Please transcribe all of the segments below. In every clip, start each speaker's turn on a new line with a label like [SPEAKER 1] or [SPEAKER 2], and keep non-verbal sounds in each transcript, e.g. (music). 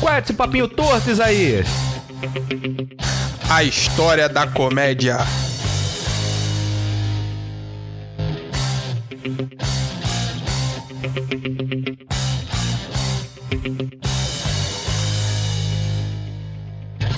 [SPEAKER 1] Qual é esse papinho torto, Isaías?
[SPEAKER 2] A história da comédia.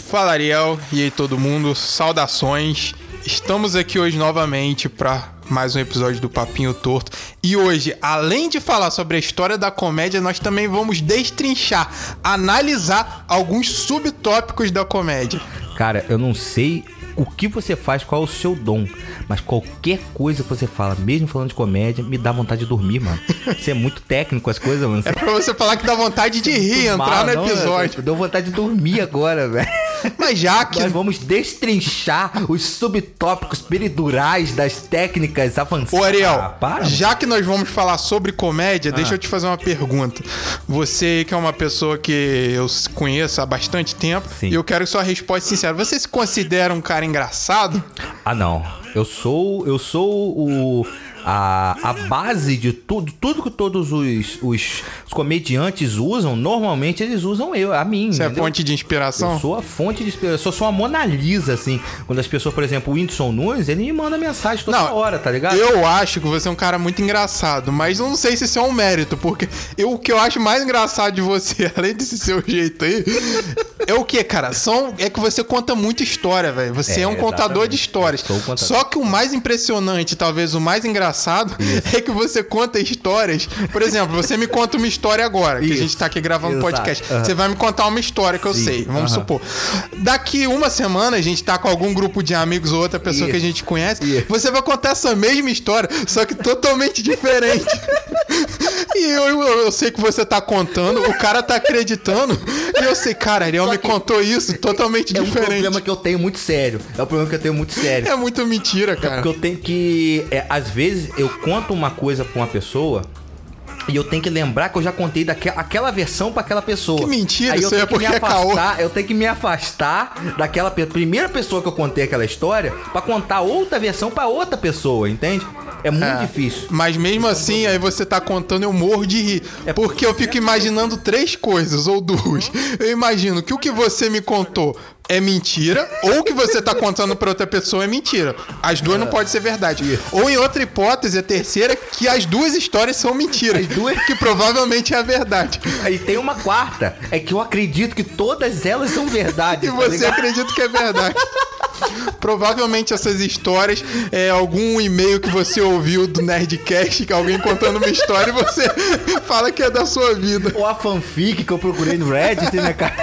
[SPEAKER 2] Fala Ariel e aí todo mundo, saudações. Estamos aqui hoje novamente para mais um episódio do Papinho Torto. E hoje, além de falar sobre a história da comédia, nós também vamos destrinchar, analisar alguns subtópicos da comédia.
[SPEAKER 1] Cara, eu não sei o que você faz, qual é o seu dom, mas qualquer coisa que você fala, mesmo falando de comédia, me dá vontade de dormir, mano. Você é muito técnico com as coisas, mano. Você
[SPEAKER 2] É pra você falar que dá vontade de rir,
[SPEAKER 1] é muito
[SPEAKER 2] entrar
[SPEAKER 1] mal,
[SPEAKER 2] no
[SPEAKER 1] não,
[SPEAKER 2] episódio.
[SPEAKER 1] eu Deu vontade de dormir agora, velho.
[SPEAKER 2] Mas já que
[SPEAKER 1] Nós vamos destrinchar os subtópicos peridurais das técnicas avançadas.
[SPEAKER 2] Ô, Ariel,
[SPEAKER 1] Ah, para. mano. Ah.
[SPEAKER 2] já que nós vamos falar sobre comédia, deixa eu te fazer uma pergunta. Você que é uma pessoa que eu s- conheço há bastante tempo,
[SPEAKER 1] Sim.
[SPEAKER 2] e eu quero sua resposta sincera. Você se considera um cara engraçado?
[SPEAKER 1] Ah, não. Eu sou. Eu sou o. A, a base de tudo, tudo que todos os, os, os comediantes usam, normalmente eles usam eu, a mim.
[SPEAKER 2] Você é
[SPEAKER 1] entendeu?
[SPEAKER 2] fonte de
[SPEAKER 1] Eu
[SPEAKER 2] inspiração?
[SPEAKER 1] sou a fonte de inspiração. Eu sou a Mona Lisa, assim. Quando as pessoas, por exemplo, o Whindersson Nunes, ele me manda mensagem toda
[SPEAKER 2] Não,
[SPEAKER 1] hora, tá ligado?
[SPEAKER 2] Eu acho que você é um cara muito engraçado, mas eu não sei se isso é um mérito, porque eu, o que eu acho mais engraçado de você, (laughs) além desse seu jeito aí, é o que, cara? São, é que você conta muita história, velho. Você é,
[SPEAKER 1] É,
[SPEAKER 2] um contador de
[SPEAKER 1] exatamente.
[SPEAKER 2] histórias.
[SPEAKER 1] Eu sou um contador.
[SPEAKER 2] Só que o mais impressionante, talvez o mais engraçado, é que você conta histórias. Por exemplo, você me conta uma história agora, que a gente
[SPEAKER 1] Isso.
[SPEAKER 2] tá aqui gravando um
[SPEAKER 1] Exato.
[SPEAKER 2] podcast.
[SPEAKER 1] Aham.
[SPEAKER 2] Você vai me contar uma história que eu
[SPEAKER 1] Sim.
[SPEAKER 2] sei, vamos
[SPEAKER 1] Aham.
[SPEAKER 2] supor. Daqui uma semana a gente tá com algum grupo de amigos ou outra pessoa que a
[SPEAKER 1] Isso.
[SPEAKER 2] gente conhece,
[SPEAKER 1] Isso.
[SPEAKER 2] você vai contar essa mesma história, só que totalmente diferente. e eu, eu, eu sei que você tá contando, o cara tá acreditando, e eu sei, cara, Ariel me contou isso totalmente
[SPEAKER 1] É um
[SPEAKER 2] diferente.
[SPEAKER 1] problema que eu tenho muito sério. É um problema que um eu tenho muito sério.
[SPEAKER 2] É muito mentira, cara.
[SPEAKER 1] Porque eu tenho que. é, às vezes eu conto uma coisa pra uma pessoa. E eu tenho que lembrar que eu já contei daquela aquela versão pra aquela pessoa.
[SPEAKER 2] Que mentira,
[SPEAKER 1] Aí eu
[SPEAKER 2] isso aí
[SPEAKER 1] tenho
[SPEAKER 2] é porque
[SPEAKER 1] que me
[SPEAKER 2] é caô.
[SPEAKER 1] afastar, Eu tenho que me afastar daquela pe- primeira pessoa que eu contei aquela história pra contar outra versão pra outra pessoa, entende? É muito
[SPEAKER 2] É.
[SPEAKER 1] difícil.
[SPEAKER 2] Mas mesmo assim, aí você tá contando, eu morro de rir.
[SPEAKER 1] É
[SPEAKER 2] porque eu fico imaginando três coisas, ou duas. Eu imagino que o que você me contou é mentira, ou o que você tá contando pra outra pessoa é mentira. As duas
[SPEAKER 1] É.
[SPEAKER 2] não podem ser verdade. Ou em outra hipótese, a terceira, que as duas histórias são mentiras.
[SPEAKER 1] As duas-
[SPEAKER 2] Que provavelmente é a verdade.
[SPEAKER 1] Aí tem uma quarta, é que eu acredito que todas elas são verdade. tá
[SPEAKER 2] (laughs) E você acredita que é verdade. Provavelmente essas histórias é algum e-mail que você ouviu do Nerdcast, que alguém contando uma história e você (laughs) fala que é da sua vida.
[SPEAKER 1] Ou a fanfic que eu procurei no Reddit, né,
[SPEAKER 2] (laughs)
[SPEAKER 1] cara?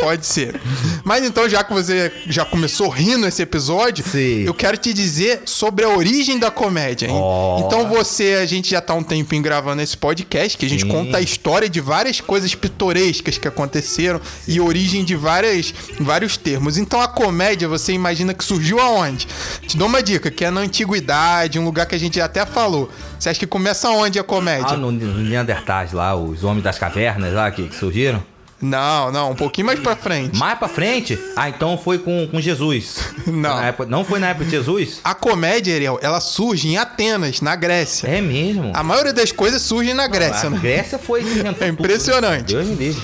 [SPEAKER 2] Pode ser. Mas então, já que você já começou rindo esse episódio,
[SPEAKER 1] Sim.
[SPEAKER 2] eu quero te dizer sobre a origem da comédia, hein?
[SPEAKER 1] Ó.
[SPEAKER 2] Então você, a gente já tá um tempinho gravando esse podcast, que a gente
[SPEAKER 1] Sim.
[SPEAKER 2] conta a história de várias coisas pitorescas que aconteceram e origem de várias, vários termos. Então a comédia, você imagina que surgiu aonde? Te dou uma dica, que é na antiguidade, um lugar que a gente já até falou. Você acha que começa onde a comédia?
[SPEAKER 1] Ah, no, no Neandertais lá, os homens das cavernas lá que- que surgiram.
[SPEAKER 2] não, não, um pouquinho mais pra frente.
[SPEAKER 1] Mais pra frente? Ah, então foi com, com Jesus.
[SPEAKER 2] (laughs) Não.
[SPEAKER 1] Na época- não foi na época de Jesus?
[SPEAKER 2] A comédia, Ariel, ela surge em Atenas, na Grécia.
[SPEAKER 1] É mesmo.
[SPEAKER 2] A maioria das coisas surge na Grécia,
[SPEAKER 1] A
[SPEAKER 2] né?
[SPEAKER 1] Grécia foi que inventou
[SPEAKER 2] Ah, É
[SPEAKER 1] tudo.
[SPEAKER 2] impressionante.
[SPEAKER 1] Deus me livre.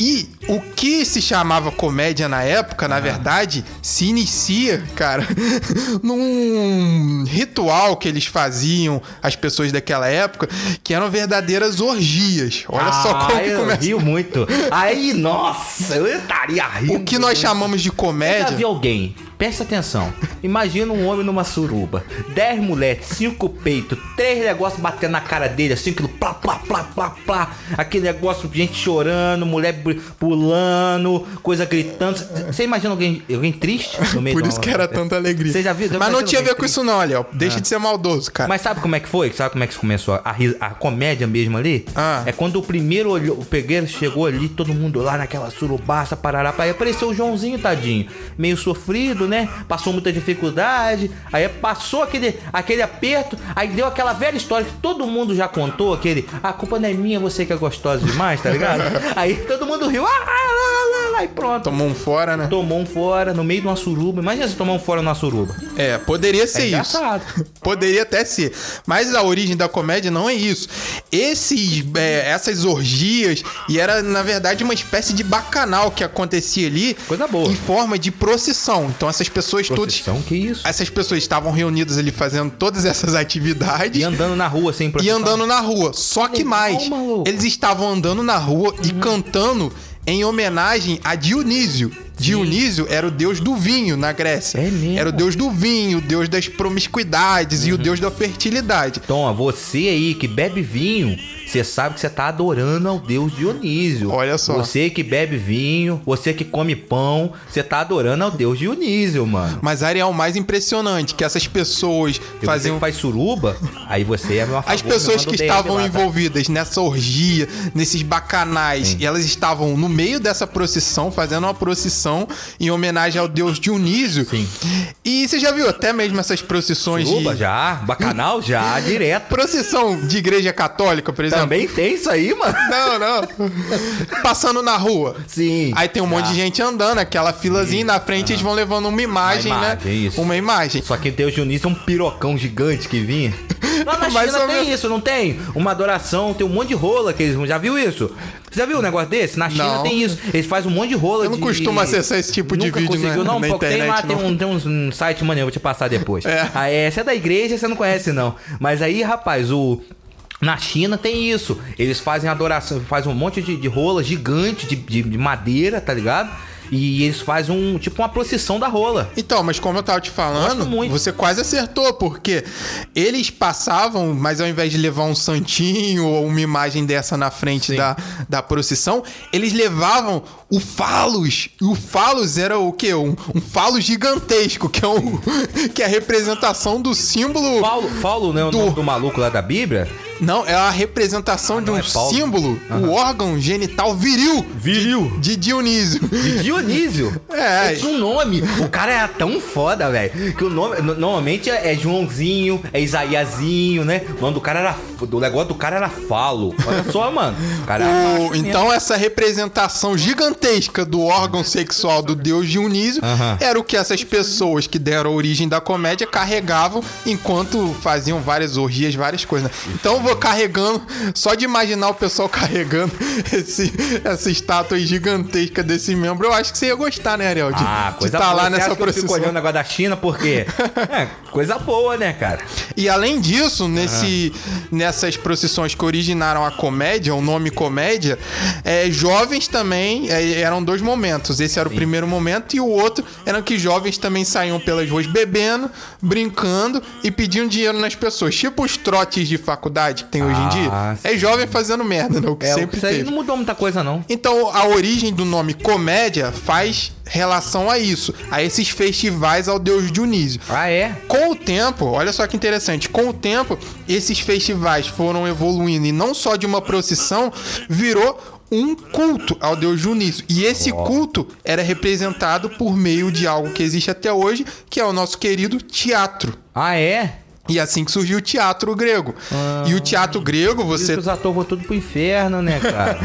[SPEAKER 2] E o que se chamava comédia na época,
[SPEAKER 1] Ah.
[SPEAKER 2] na verdade, se inicia, cara, (laughs) num ritual que eles faziam, as pessoas daquela época, que eram verdadeiras orgias. Olha só como
[SPEAKER 1] Ah,
[SPEAKER 2] que
[SPEAKER 1] eu
[SPEAKER 2] começa.
[SPEAKER 1] rio muito. Aí, nossa, eu estaria rindo.
[SPEAKER 2] O que nós chamamos de
[SPEAKER 1] Eu já vi
[SPEAKER 2] comédia.
[SPEAKER 1] alguém, presta atenção. Imagina um homem numa suruba. Dez mulheres, cinco peitos, três negócios batendo na cara dele, assim, aquilo plá, plá, plá, plá, plá. Aquele negócio, gente chorando, mulher br- pulando, coisa gritando. Você imagina alguém, alguém triste no meio
[SPEAKER 2] Por
[SPEAKER 1] da-
[SPEAKER 2] isso que era tanta alegria.
[SPEAKER 1] Você já viu? Já
[SPEAKER 2] Mas não
[SPEAKER 1] imagina
[SPEAKER 2] tinha a ver
[SPEAKER 1] alguém
[SPEAKER 2] com isso não, Ariel. Deixa de ser maldoso, cara.
[SPEAKER 1] mas sabe como é que foi? Sabe como é que começou a, ri- a comédia mesmo ali?
[SPEAKER 2] Ah.
[SPEAKER 1] É quando o primeiro olhou, o pegueiro chegou ali, todo mundo lá naquela surubaça, parará, aí apareceu o Joãozinho, tadinho. Meio sofrido, né? Passou muita dificuldade, aí passou aquele, aquele aperto, aí deu aquela velha história que todo mundo já contou,
[SPEAKER 2] (laughs)
[SPEAKER 1] aquele, a culpa não é minha, você que é gostosa demais, tá ligado? aí todo mundo riu, ah, ah, lá, lá, lá, Aí pronto.
[SPEAKER 2] Tomou um fora, né?
[SPEAKER 1] Tomou um fora no meio de uma suruba. Imagina se tomar um fora numa suruba.
[SPEAKER 2] É, poderia ser isso.
[SPEAKER 1] engraçado.
[SPEAKER 2] (laughs) Poderia até ser. Mas a origem da comédia não é isso. Esses, é, essas orgias, e era, na verdade, uma espécie de bacanal que acontecia ali.
[SPEAKER 1] Coisa boa.
[SPEAKER 2] Em forma de procissão. Então essas pessoas todas.
[SPEAKER 1] Procissão, que isso?
[SPEAKER 2] Essas pessoas estavam reunidas ali fazendo todas essas atividades.
[SPEAKER 1] E andando na rua sem
[SPEAKER 2] e
[SPEAKER 1] procissão.
[SPEAKER 2] andando na rua. Só que
[SPEAKER 1] Legal,
[SPEAKER 2] mais,
[SPEAKER 1] maluco. Uhum.
[SPEAKER 2] eles estavam andando na rua e cantando em homenagem a Dionísio. Dionísio era o deus do vinho na Grécia.
[SPEAKER 1] É mesmo? Uhum.
[SPEAKER 2] Era o deus do vinho, o deus das promiscuidades e o deus da fertilidade.
[SPEAKER 1] Toma, Então, você aí que bebe vinho, você sabe que você tá adorando ao deus Dionísio.
[SPEAKER 2] Olha só.
[SPEAKER 1] Você que bebe vinho, você que come pão, você tá adorando ao deus Dionísio, mano.
[SPEAKER 2] Mas Ariel, o mais impressionante, é que essas pessoas
[SPEAKER 1] E Você
[SPEAKER 2] faziam
[SPEAKER 1] que faz suruba, aí você é uma
[SPEAKER 2] um- As pessoas que
[SPEAKER 1] tá?
[SPEAKER 2] estavam envolvidas nessa orgia, nesses bacanais, e elas estavam no meio dessa procissão, fazendo uma procissão em homenagem ao deus Dionísio.
[SPEAKER 1] Sim.
[SPEAKER 2] E você já viu até mesmo essas procissões
[SPEAKER 1] Suruba
[SPEAKER 2] de.
[SPEAKER 1] já, bacanal já, direto.
[SPEAKER 2] Procissão de igreja católica, por exemplo?
[SPEAKER 1] Também tem isso aí, mano.
[SPEAKER 2] Não, não.
[SPEAKER 1] (laughs)
[SPEAKER 2] Passando na rua.
[SPEAKER 1] Sim.
[SPEAKER 2] Aí tem um monte de gente andando, aquela filazinha, e na frente eles vão levando uma imagem,
[SPEAKER 1] Uma
[SPEAKER 2] né?
[SPEAKER 1] imagem, isso.
[SPEAKER 2] Uma imagem.
[SPEAKER 1] Só que Deus Dionísio é um pirocão gigante que
[SPEAKER 2] (laughs)
[SPEAKER 1] vinha. Lá na
[SPEAKER 2] Mais
[SPEAKER 1] China
[SPEAKER 2] ou
[SPEAKER 1] tem
[SPEAKER 2] menos.
[SPEAKER 1] isso, não tem? Uma adoração, tem um monte de rola que eles. Já viu isso? Você já viu um negócio desse? Na China
[SPEAKER 2] Não.
[SPEAKER 1] tem isso. Eles fazem um monte de rola.
[SPEAKER 2] Eu não
[SPEAKER 1] de...
[SPEAKER 2] costumo acessar esse tipo de
[SPEAKER 1] Nunca
[SPEAKER 2] vídeo,
[SPEAKER 1] conseguiu,
[SPEAKER 2] né,
[SPEAKER 1] não,
[SPEAKER 2] na
[SPEAKER 1] porque tem lá,
[SPEAKER 2] internet,
[SPEAKER 1] tem
[SPEAKER 2] não.
[SPEAKER 1] um, tem uns- um site maneiro, vou te passar depois.
[SPEAKER 2] É.
[SPEAKER 1] Ah, é, você é da igreja, você não conhece, não. Mas aí, rapaz, o. Na China tem isso. Eles fazem adoração, fazem um monte de, de rola gigante de, de- de madeira, tá ligado? E eles fazem um tipo uma procissão da rola.
[SPEAKER 2] Então, mas como eu tava te falando,
[SPEAKER 1] Gosto muito.
[SPEAKER 2] você quase acertou, porque eles passavam, mas ao invés de levar um santinho ou uma imagem dessa na frente da, da procissão, eles levavam o falos. E o falos era o quê? Um, um falos gigantesco, que é, um, (laughs) que é a representação do símbolo.
[SPEAKER 1] Paulo, Paulo né, o
[SPEAKER 2] Do-
[SPEAKER 1] nome do maluco lá da Bíblia?
[SPEAKER 2] Não, é a representação de
[SPEAKER 1] não
[SPEAKER 2] um
[SPEAKER 1] é Paulo.
[SPEAKER 2] símbolo, o órgão genital viril
[SPEAKER 1] Viril.
[SPEAKER 2] de Dionísio.
[SPEAKER 1] De Dionísio.
[SPEAKER 2] É.
[SPEAKER 1] Esse é um nome. O cara era tão foda, velho. Que o nome. no- Normalmente é é Joãozinho, é Isaiazinho, né? O nome do cara era. O negócio do cara era falo. Olha só, mano. O cara era
[SPEAKER 2] (laughs) O-
[SPEAKER 1] macho mesmo.
[SPEAKER 2] então, essa representação gigantesca do órgão sexual do deus Dionísio
[SPEAKER 1] Aham.
[SPEAKER 2] era o que essas pessoas que deram origem da comédia carregavam enquanto faziam várias orgias, várias coisas. né? Então, eu vou carregando, só de imaginar o pessoal (laughs) carregando esse, essa estátua gigantesca desse membro, eu acho que você ia gostar, né, Ariel? De
[SPEAKER 1] Ah,
[SPEAKER 2] de
[SPEAKER 1] coisa
[SPEAKER 2] tá
[SPEAKER 1] boa.
[SPEAKER 2] lá
[SPEAKER 1] Você
[SPEAKER 2] nessa
[SPEAKER 1] acha que eu fico
[SPEAKER 2] procissão.
[SPEAKER 1] olhando o negócio da China porque. É, coisa boa, né, cara?
[SPEAKER 2] E além disso, nesse, nessas procissões que originaram a comédia, o nome comédia, é, jovens também é, eram dois momentos. Esse era o primeiro momento e o outro era que jovens também saíam pelas ruas bebendo, brincando e pediam dinheiro nas pessoas. Tipo os trotes de faculdade que tem hoje em dia.
[SPEAKER 1] Ah,
[SPEAKER 2] É jovem fazendo merda, né? O que
[SPEAKER 1] É,
[SPEAKER 2] sempre
[SPEAKER 1] isso aí
[SPEAKER 2] teve.
[SPEAKER 1] não mudou muita coisa, não.
[SPEAKER 2] Então, a origem do nome comédia faz relação a isso, a esses festivais ao deus Dionísio.
[SPEAKER 1] Ah, é?
[SPEAKER 2] Com o tempo, olha só que interessante, com o tempo, esses festivais foram evoluindo e não só de uma procissão, virou um culto ao deus Junício. E esse culto era representado por meio de algo que existe até hoje, que é o nosso querido teatro.
[SPEAKER 1] Ah, é?
[SPEAKER 2] E assim que surgiu o teatro grego. e o teatro grego,
[SPEAKER 1] Diz que
[SPEAKER 2] você
[SPEAKER 1] os atores vão tudo pro inferno, né,
[SPEAKER 2] (laughs)
[SPEAKER 1] cara?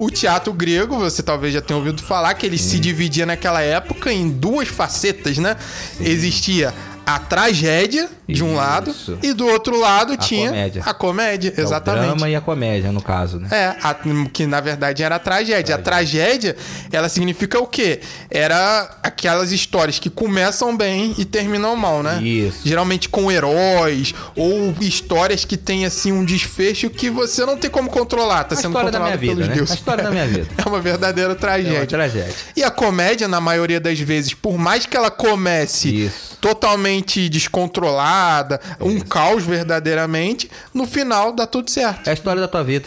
[SPEAKER 2] o teatro grego, você talvez já tenha ouvido falar que ele
[SPEAKER 1] Hum.
[SPEAKER 2] se dividia naquela época em duas facetas, né? Existia a tragédia de um
[SPEAKER 1] Isso.
[SPEAKER 2] lado e do outro lado tinha
[SPEAKER 1] comédia.
[SPEAKER 2] a comédia,
[SPEAKER 1] É o
[SPEAKER 2] exatamente.
[SPEAKER 1] drama e a comédia, no caso, né?
[SPEAKER 2] É, a- que na verdade era a tragédia. A tragédia, ela significa o quê? Era aquelas histórias que começam bem e terminam mal, né?
[SPEAKER 1] Isso.
[SPEAKER 2] Geralmente com heróis ou histórias que têm assim um desfecho que você não tem como controlar, tá
[SPEAKER 1] A
[SPEAKER 2] sendo
[SPEAKER 1] história da
[SPEAKER 2] controlado
[SPEAKER 1] minha vida,
[SPEAKER 2] pelos
[SPEAKER 1] né?
[SPEAKER 2] deuses.
[SPEAKER 1] A história da minha
[SPEAKER 2] (laughs)
[SPEAKER 1] vida.
[SPEAKER 2] É uma verdadeira
[SPEAKER 1] É uma
[SPEAKER 2] tragédia.
[SPEAKER 1] tragédia.
[SPEAKER 2] E a comédia, na maioria das vezes, por mais que ela comece
[SPEAKER 1] Isso.
[SPEAKER 2] totalmente descontrolada, um caos verdadeiramente, no final dá tudo certo. (laughs)
[SPEAKER 1] É a história da tua vida.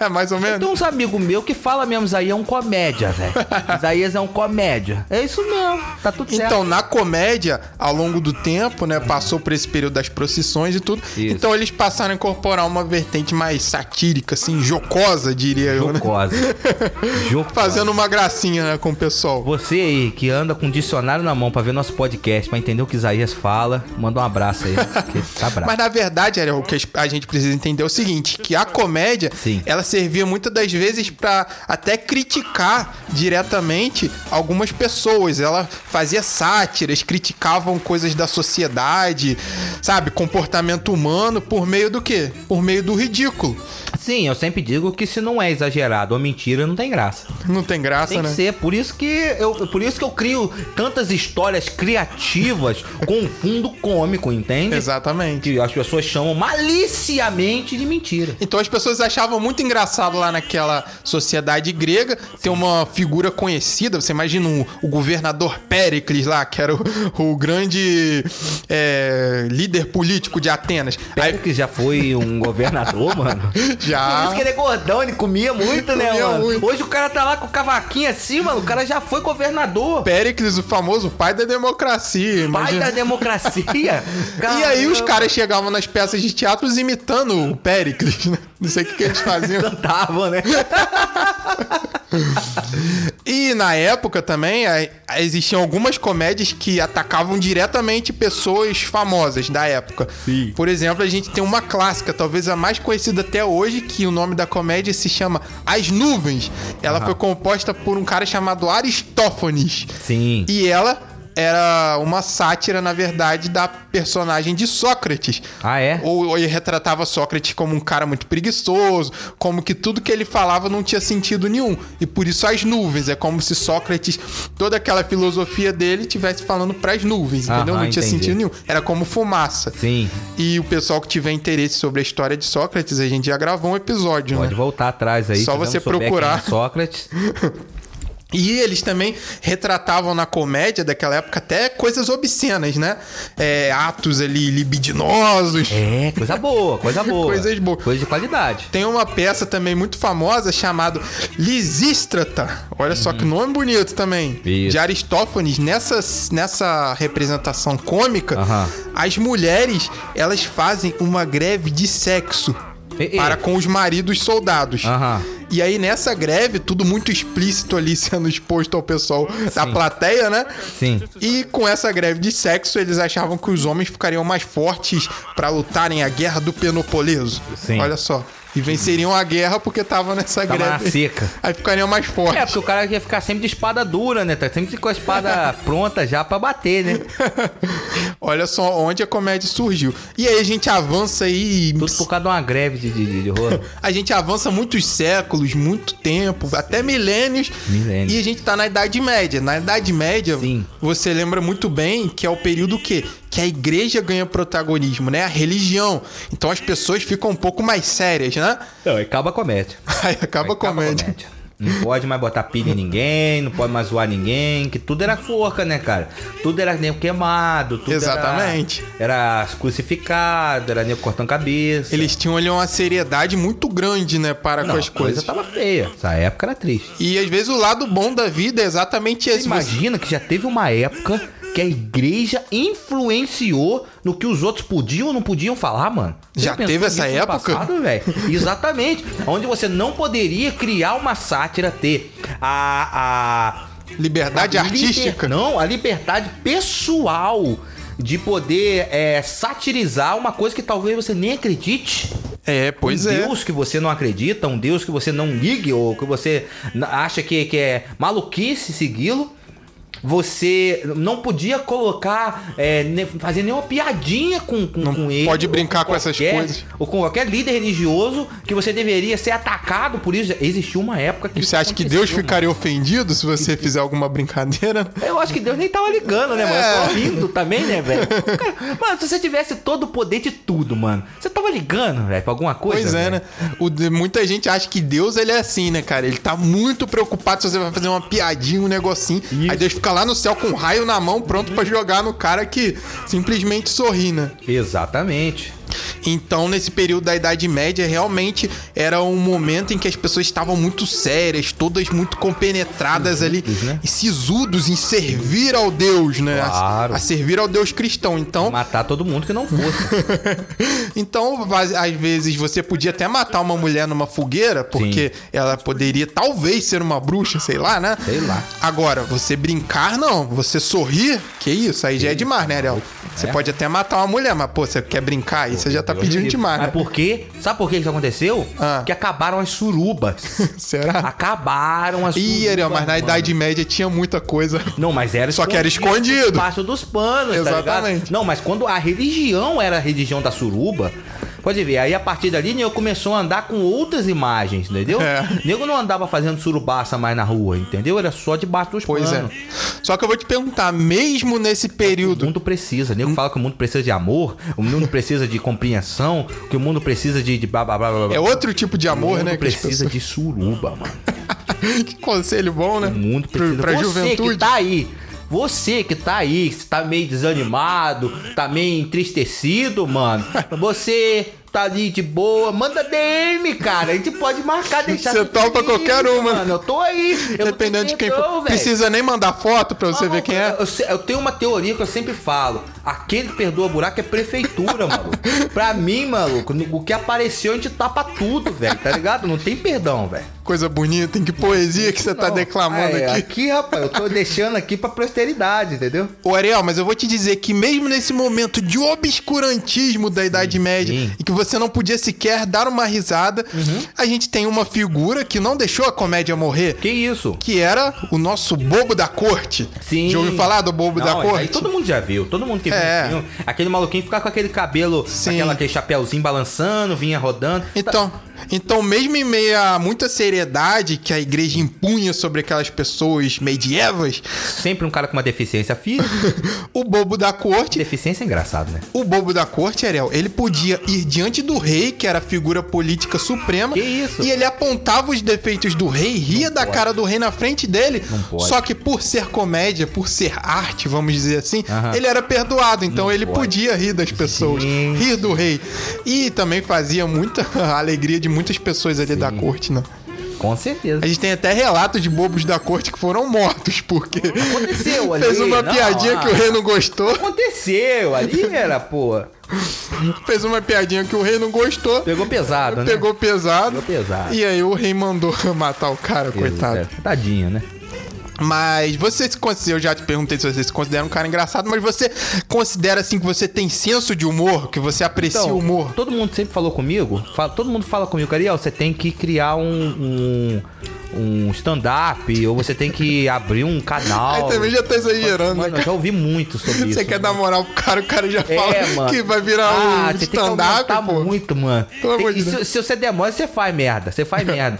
[SPEAKER 2] É mais ou menos.
[SPEAKER 1] Tem uns amigos meus que falam mesmo, Isaías é um comédia,
[SPEAKER 2] (laughs)
[SPEAKER 1] velho. Isaías é um comédia. É isso mesmo, tá tudo certo.
[SPEAKER 2] Então, na comédia, ao longo do tempo, né, passou por esse período das procissões e tudo.
[SPEAKER 1] Isso.
[SPEAKER 2] Então, eles passaram a incorporar uma vertente mais satírica, assim, jocosa, diria eu, né?
[SPEAKER 1] Jocosa.
[SPEAKER 2] (laughs)
[SPEAKER 1] Jocosa.
[SPEAKER 2] Fazendo uma gracinha, né, com o pessoal.
[SPEAKER 1] Você aí que anda com um dicionário na mão pra ver nosso podcast, pra entender o que que Isaías fala. Manda um abraço aí, que ele
[SPEAKER 2] (laughs)
[SPEAKER 1] tá bravo.
[SPEAKER 2] Mas na verdade, era o que a gente precisa entender é o seguinte, que a comédia,
[SPEAKER 1] Sim.
[SPEAKER 2] ela servia muitas das vezes pra até criticar diretamente algumas pessoas. Ela fazia sátiras, criticavam coisas da sociedade, sabe, comportamento humano por meio do quê? Por meio do ridículo.
[SPEAKER 1] Sim, eu sempre digo que se não é exagerado ou mentira, não tem graça.
[SPEAKER 2] Não tem graça,
[SPEAKER 1] Tem que
[SPEAKER 2] né?
[SPEAKER 1] ser, por isso que eu, por isso que eu crio tantas histórias criativas com um fundo cômico, entende?
[SPEAKER 2] Exatamente.
[SPEAKER 1] Que as pessoas chamam maliciamente de mentira.
[SPEAKER 2] Então as pessoas achavam muito engraçado lá naquela sociedade grega ter uma figura conhecida. Você imagina um- o governador Péricles lá, que era o, o grande é, líder político de Atenas. Aí
[SPEAKER 1] Pera que já foi um governador,
[SPEAKER 2] (laughs)
[SPEAKER 1] mano. Por
[SPEAKER 2] já.
[SPEAKER 1] isso que ele é gordão, ele comia muito, né,
[SPEAKER 2] Comia
[SPEAKER 1] mano?
[SPEAKER 2] muito.
[SPEAKER 1] Hoje o cara tá lá com o cavaquinho assim, mano. O cara já foi governador.
[SPEAKER 2] Péricles, o famoso pai da democracia.
[SPEAKER 1] Pai
[SPEAKER 2] imagina.
[SPEAKER 1] da democracia.
[SPEAKER 2] (laughs) E aí os
[SPEAKER 1] Caramba.
[SPEAKER 2] caras chegavam nas peças de teatro imitando o Péricles, né? Não sei o que, que eles faziam.
[SPEAKER 1] cantavam, né?
[SPEAKER 2] E na época também a- a- existiam algumas comédias que atacavam diretamente pessoas famosas da época.
[SPEAKER 1] Sim.
[SPEAKER 2] Por exemplo, a gente tem uma clássica, talvez a mais conhecida até hoje, que o nome da comédia se chama As Nuvens. Ela foi composta por um cara chamado Aristófanes.
[SPEAKER 1] Sim.
[SPEAKER 2] E ela era uma sátira, na verdade, da personagem de Sócrates.
[SPEAKER 1] Ah, é?
[SPEAKER 2] Ou, ou ele retratava Sócrates como um cara muito preguiçoso, como que tudo que ele falava não tinha sentido nenhum. E por isso as nuvens. É como se Sócrates, toda aquela filosofia dele, estivesse falando pras nuvens, entendeu?
[SPEAKER 1] Aham,
[SPEAKER 2] não tinha
[SPEAKER 1] entendi.
[SPEAKER 2] sentido nenhum. Era como fumaça.
[SPEAKER 1] Sim.
[SPEAKER 2] E o pessoal que tiver interesse sobre a história de Sócrates, a gente já gravou um episódio, né?
[SPEAKER 1] Pode voltar atrás aí.
[SPEAKER 2] Só
[SPEAKER 1] se não
[SPEAKER 2] você
[SPEAKER 1] souber quem é
[SPEAKER 2] procurar.
[SPEAKER 1] Sócrates.
[SPEAKER 2] E eles também retratavam na comédia daquela época até coisas obscenas, né? É, atos ali libidinosos.
[SPEAKER 1] É, coisa boa, coisa boa.
[SPEAKER 2] Coisas boas.
[SPEAKER 1] Coisa de qualidade.
[SPEAKER 2] Tem uma peça também muito famosa chamada Lisístrata. Olha só que nome bonito também.
[SPEAKER 1] Uhum. Isso.
[SPEAKER 2] De Aristófanes. Nessa, nessa representação cômica,
[SPEAKER 1] Aham.
[SPEAKER 2] as mulheres elas fazem uma greve de sexo
[SPEAKER 1] Ei, ei.
[SPEAKER 2] para com os maridos soldados.
[SPEAKER 1] Aham.
[SPEAKER 2] E aí, nessa greve, tudo muito explícito ali (laughs) sendo exposto ao pessoal da plateia, né?
[SPEAKER 1] Sim.
[SPEAKER 2] E com essa greve de sexo, eles achavam que os homens ficariam mais fortes pra lutarem a guerra do Penopoleso.
[SPEAKER 1] Sim. Tá
[SPEAKER 2] Olha só. E venceriam a guerra porque tava nessa
[SPEAKER 1] Tava
[SPEAKER 2] greve.
[SPEAKER 1] na seca.
[SPEAKER 2] Aí ficariam mais fortes.
[SPEAKER 1] É, porque o cara ia ficar sempre de espada dura, né? Tá sempre com a
[SPEAKER 2] (laughs)
[SPEAKER 1] espada pronta já pra bater, né?
[SPEAKER 2] Olha só onde a comédia surgiu. E aí a gente avança aí.
[SPEAKER 1] Tudo por causa de uma greve de, de, de
[SPEAKER 2] (laughs)
[SPEAKER 1] rolo.
[SPEAKER 2] A gente avança muitos séculos, muito tempo, até milênios.
[SPEAKER 1] Milênios.
[SPEAKER 2] E a gente tá na Idade Média. Na Idade Média,
[SPEAKER 1] Sim.
[SPEAKER 2] você lembra muito bem que é o período que, que a igreja ganha protagonismo, né? A religião. Então as pessoas ficam um pouco mais sérias, né? (laughs)
[SPEAKER 1] Não, e acaba a comédia.
[SPEAKER 2] Aí acaba a comédia.
[SPEAKER 1] Não pode mais botar pilha em ninguém, não pode mais zoar ninguém, que tudo era forca, né, cara? Tudo era nego queimado, tudo era-
[SPEAKER 2] Exatamente.
[SPEAKER 1] Era, crucificado, era nego cortando cabeça.
[SPEAKER 2] Eles tinham ali uma seriedade muito grande, né? Para
[SPEAKER 1] não,
[SPEAKER 2] com as
[SPEAKER 1] a coisa
[SPEAKER 2] coisas.
[SPEAKER 1] tava feia. Essa época era triste.
[SPEAKER 2] E às vezes o lado bom da vida é exatamente esse.
[SPEAKER 1] Você imagina que já teve uma época que a igreja influenciou no que os outros podiam ou não podiam falar, mano.
[SPEAKER 2] Já
[SPEAKER 1] pensou
[SPEAKER 2] teve essa
[SPEAKER 1] nisso no
[SPEAKER 2] época?
[SPEAKER 1] Passado, velho? Exatamente. Onde você não poderia criar uma sátira, ter a. a
[SPEAKER 2] Liberdade
[SPEAKER 1] a
[SPEAKER 2] artística.
[SPEAKER 1] liber- Não, a liberdade pessoal de poder é, satirizar uma coisa que talvez você nem acredite.
[SPEAKER 2] É, pois
[SPEAKER 1] um
[SPEAKER 2] é.
[SPEAKER 1] Deus que você não acredita, um Deus que você não ligue ou que você n- acha que, que é maluquice segui-lo. Você não podia colocar, é, ne- fazer nenhuma piadinha com, com, com ele.
[SPEAKER 2] pode
[SPEAKER 1] ou
[SPEAKER 2] brincar com essas
[SPEAKER 1] qualquer-
[SPEAKER 2] coisas.
[SPEAKER 1] Ou com qualquer líder religioso que você deveria ser atacado por isso. Existiu uma época que.
[SPEAKER 2] E você acha que Deus
[SPEAKER 1] aconteceu,
[SPEAKER 2] ficaria ofendido se você fizer alguma brincadeira?
[SPEAKER 1] eu acho que Deus nem tava ligando, né, mano?
[SPEAKER 2] É.
[SPEAKER 1] Só rindo também, né,
[SPEAKER 2] (laughs)
[SPEAKER 1] velho? Cara, Mano, se você tivesse todo o poder de tudo, mano, você tava ligando, velho, pra alguma coisa?
[SPEAKER 2] Pois
[SPEAKER 1] velho?
[SPEAKER 2] é, né? O de- muita gente acha que Deus ele é assim, né, cara? Ele tá muito preocupado se você vai fazer uma piadinha, um negocinho. Aí Deus fica lá no céu com um raio na mão, pronto pra jogar no cara que simplesmente sorri, né?
[SPEAKER 1] Exatamente.
[SPEAKER 2] Então, nesse período da Idade Média, realmente era um momento em que as pessoas estavam muito sérias, todas muito compenetradas ali,
[SPEAKER 1] né?
[SPEAKER 2] e sisudos em servir ao Deus, né? A-
[SPEAKER 1] Claro.
[SPEAKER 2] A, servir ao Deus cristão. Então,
[SPEAKER 1] Matar todo mundo que não fosse.
[SPEAKER 2] (laughs) então, vaz- às vezes você podia até matar uma mulher numa fogueira, porque ela poderia talvez ser uma bruxa, sei lá, né?
[SPEAKER 1] Sei lá.
[SPEAKER 2] Agora, você brincar, não. Você sorrir, que isso, aí já é demais, né, Ariel?
[SPEAKER 1] É.
[SPEAKER 2] Você pode até matar uma mulher, mas, pô, você quer brincar, aí você já (laughs) tá pedindo demais, né?
[SPEAKER 1] Tipo, Mas por quê? Sabe por que isso aconteceu?
[SPEAKER 2] Ah.
[SPEAKER 1] Que acabaram as surubas.
[SPEAKER 2] (laughs) Será?
[SPEAKER 1] acabaram as
[SPEAKER 2] Ih, Ariel, mas na
[SPEAKER 1] mano.
[SPEAKER 2] Idade Média tinha muita coisa. (laughs)
[SPEAKER 1] Não, mas era
[SPEAKER 2] Só que era escondido.
[SPEAKER 1] Embaixo dos panos, tá
[SPEAKER 2] Exatamente.
[SPEAKER 1] ligado? Não, mas quando a religião era a religião da suruba, pode ver, aí a partir dali nego começou a andar com outras imagens, entendeu?
[SPEAKER 2] É.
[SPEAKER 1] Nego não andava fazendo surubaça mais na rua, entendeu? Era só debaixo dos
[SPEAKER 2] Pois é.
[SPEAKER 1] panos.
[SPEAKER 2] Só que eu vou te perguntar, mesmo
[SPEAKER 1] É
[SPEAKER 2] nesse
[SPEAKER 1] O
[SPEAKER 2] período.
[SPEAKER 1] mundo precisa,
[SPEAKER 2] Hum.
[SPEAKER 1] nego fala que o mundo precisa de amor, o mundo precisa de compreensão, que o mundo precisa de, de blá blá blá blá. blá.
[SPEAKER 2] É outro tipo de
[SPEAKER 1] o
[SPEAKER 2] amor,
[SPEAKER 1] mundo
[SPEAKER 2] né? que as
[SPEAKER 1] precisa de suruba, mano.
[SPEAKER 2] pessoas- (laughs) Que conselho bom, né?
[SPEAKER 1] O mundo
[SPEAKER 2] Pro-
[SPEAKER 1] precisa.
[SPEAKER 2] pra
[SPEAKER 1] você que
[SPEAKER 2] juventude.
[SPEAKER 1] tá aí. Você que tá aí, que tá meio desanimado, tá meio entristecido, mano.
[SPEAKER 2] (laughs)
[SPEAKER 1] Você tá ali de boa, manda DM, cara. A gente pode marcar, deixar.
[SPEAKER 2] Você
[SPEAKER 1] seu
[SPEAKER 2] topa
[SPEAKER 1] DM,
[SPEAKER 2] qualquer uma.
[SPEAKER 1] Mano, eu tô aí. Eu não
[SPEAKER 2] Dependendo
[SPEAKER 1] tenho
[SPEAKER 2] de quem
[SPEAKER 1] tempo,
[SPEAKER 2] for.
[SPEAKER 1] velho.
[SPEAKER 2] Precisa nem mandar foto pra você
[SPEAKER 1] Mano,
[SPEAKER 2] ver quem é.
[SPEAKER 1] Eu, se- eu tenho uma teoria que eu sempre falo. Aquele perdoa buraco é prefeitura,
[SPEAKER 2] (laughs)
[SPEAKER 1] maluco. Pra mim, maluco, o que apareceu a gente tapa tudo, velho. Tá ligado? Não tem perdão, velho.
[SPEAKER 2] Coisa bonita, em que poesia que você tá
[SPEAKER 1] Não.
[SPEAKER 2] declamando
[SPEAKER 1] É,
[SPEAKER 2] aqui.
[SPEAKER 1] Aqui, rapaz, eu tô deixando aqui pra posteridade, entendeu?
[SPEAKER 2] Ô Ariel, mas eu vou te dizer que mesmo nesse momento de obscurantismo da Idade Média,
[SPEAKER 1] sim.
[SPEAKER 2] e que você não podia sequer dar uma risada,
[SPEAKER 1] Uhum.
[SPEAKER 2] a gente tem uma figura que não deixou a comédia morrer,
[SPEAKER 1] Que isso?
[SPEAKER 2] que era o nosso bobo da corte.
[SPEAKER 1] Sim.
[SPEAKER 2] Já ouviu falar do bobo da
[SPEAKER 1] Não, isso aí
[SPEAKER 2] corte?
[SPEAKER 1] todo mundo já viu, todo mundo que viu
[SPEAKER 2] É.
[SPEAKER 1] o filme. Aquele maluquinho ficar com aquele cabelo,
[SPEAKER 2] Sim.
[SPEAKER 1] aquela, aquele chapéuzinho balançando, vinha rodando.
[SPEAKER 2] Então, então, mesmo em meio a muita seriedade que a igreja impunha sobre aquelas pessoas medievas,
[SPEAKER 1] Sempre um cara com uma deficiência
[SPEAKER 2] (laughs)
[SPEAKER 1] física.
[SPEAKER 2] o bobo da corte
[SPEAKER 1] deficiência é engraçado, né?
[SPEAKER 2] O bobo da corte, Ariel, ele podia ir diante do rei, que era a figura política suprema.
[SPEAKER 1] Que isso?
[SPEAKER 2] E ele apontava os defeitos do rei, ria da cara do rei na frente dele.
[SPEAKER 1] Não pode.
[SPEAKER 2] Só que por ser comédia, por ser arte, vamos dizer assim,
[SPEAKER 1] Aham.
[SPEAKER 2] ele era perdoado. Então ele
[SPEAKER 1] pode.
[SPEAKER 2] podia rir das pessoas,
[SPEAKER 1] Gente.
[SPEAKER 2] rir do rei. E também fazia muita (laughs) alegria de muitas pessoas ali da corte, né?
[SPEAKER 1] Com certeza.
[SPEAKER 2] A gente tem até relatos de bobos da corte que foram mortos, porque
[SPEAKER 1] Aconteceu ali.
[SPEAKER 2] (laughs) fez uma
[SPEAKER 1] não,
[SPEAKER 2] piadinha
[SPEAKER 1] ah,
[SPEAKER 2] que o rei não gostou.
[SPEAKER 1] Aconteceu ali, era, pô.
[SPEAKER 2] Fez uma piadinha que o rei não gostou.
[SPEAKER 1] Pegou
[SPEAKER 2] (laughs)
[SPEAKER 1] pesado, né?
[SPEAKER 2] Pegou pesado.
[SPEAKER 1] Pegou pesado.
[SPEAKER 2] E aí o rei mandou (laughs) matar o cara, coitado.
[SPEAKER 1] É, Tadinho, né?
[SPEAKER 2] Mas você se considera, eu já te perguntei se você se considera um cara engraçado, mas você considera assim que você tem senso de humor, que você aprecia
[SPEAKER 1] Então,
[SPEAKER 2] o humor?
[SPEAKER 1] Todo mundo sempre falou comigo, fala- todo mundo fala comigo, Ariel, você tem que criar um, um, um stand-up, ou você tem que abrir um
[SPEAKER 2] (laughs) Aí
[SPEAKER 1] canal.
[SPEAKER 2] também já tá exagerando, né?
[SPEAKER 1] Mano, eu
[SPEAKER 2] cara?
[SPEAKER 1] já ouvi muito sobre isso.
[SPEAKER 2] (laughs) Você quer dar moral pro cara, o cara já
[SPEAKER 1] É,
[SPEAKER 2] fala
[SPEAKER 1] mano.
[SPEAKER 2] que vai virar
[SPEAKER 1] Ah,
[SPEAKER 2] um
[SPEAKER 1] você tem que aumentar
[SPEAKER 2] stand-up, pô.
[SPEAKER 1] muito, mano.
[SPEAKER 2] Pelo
[SPEAKER 1] Tem-
[SPEAKER 2] amor de
[SPEAKER 1] e se,
[SPEAKER 2] Deus.
[SPEAKER 1] se você demora, você faz merda. Você faz merda.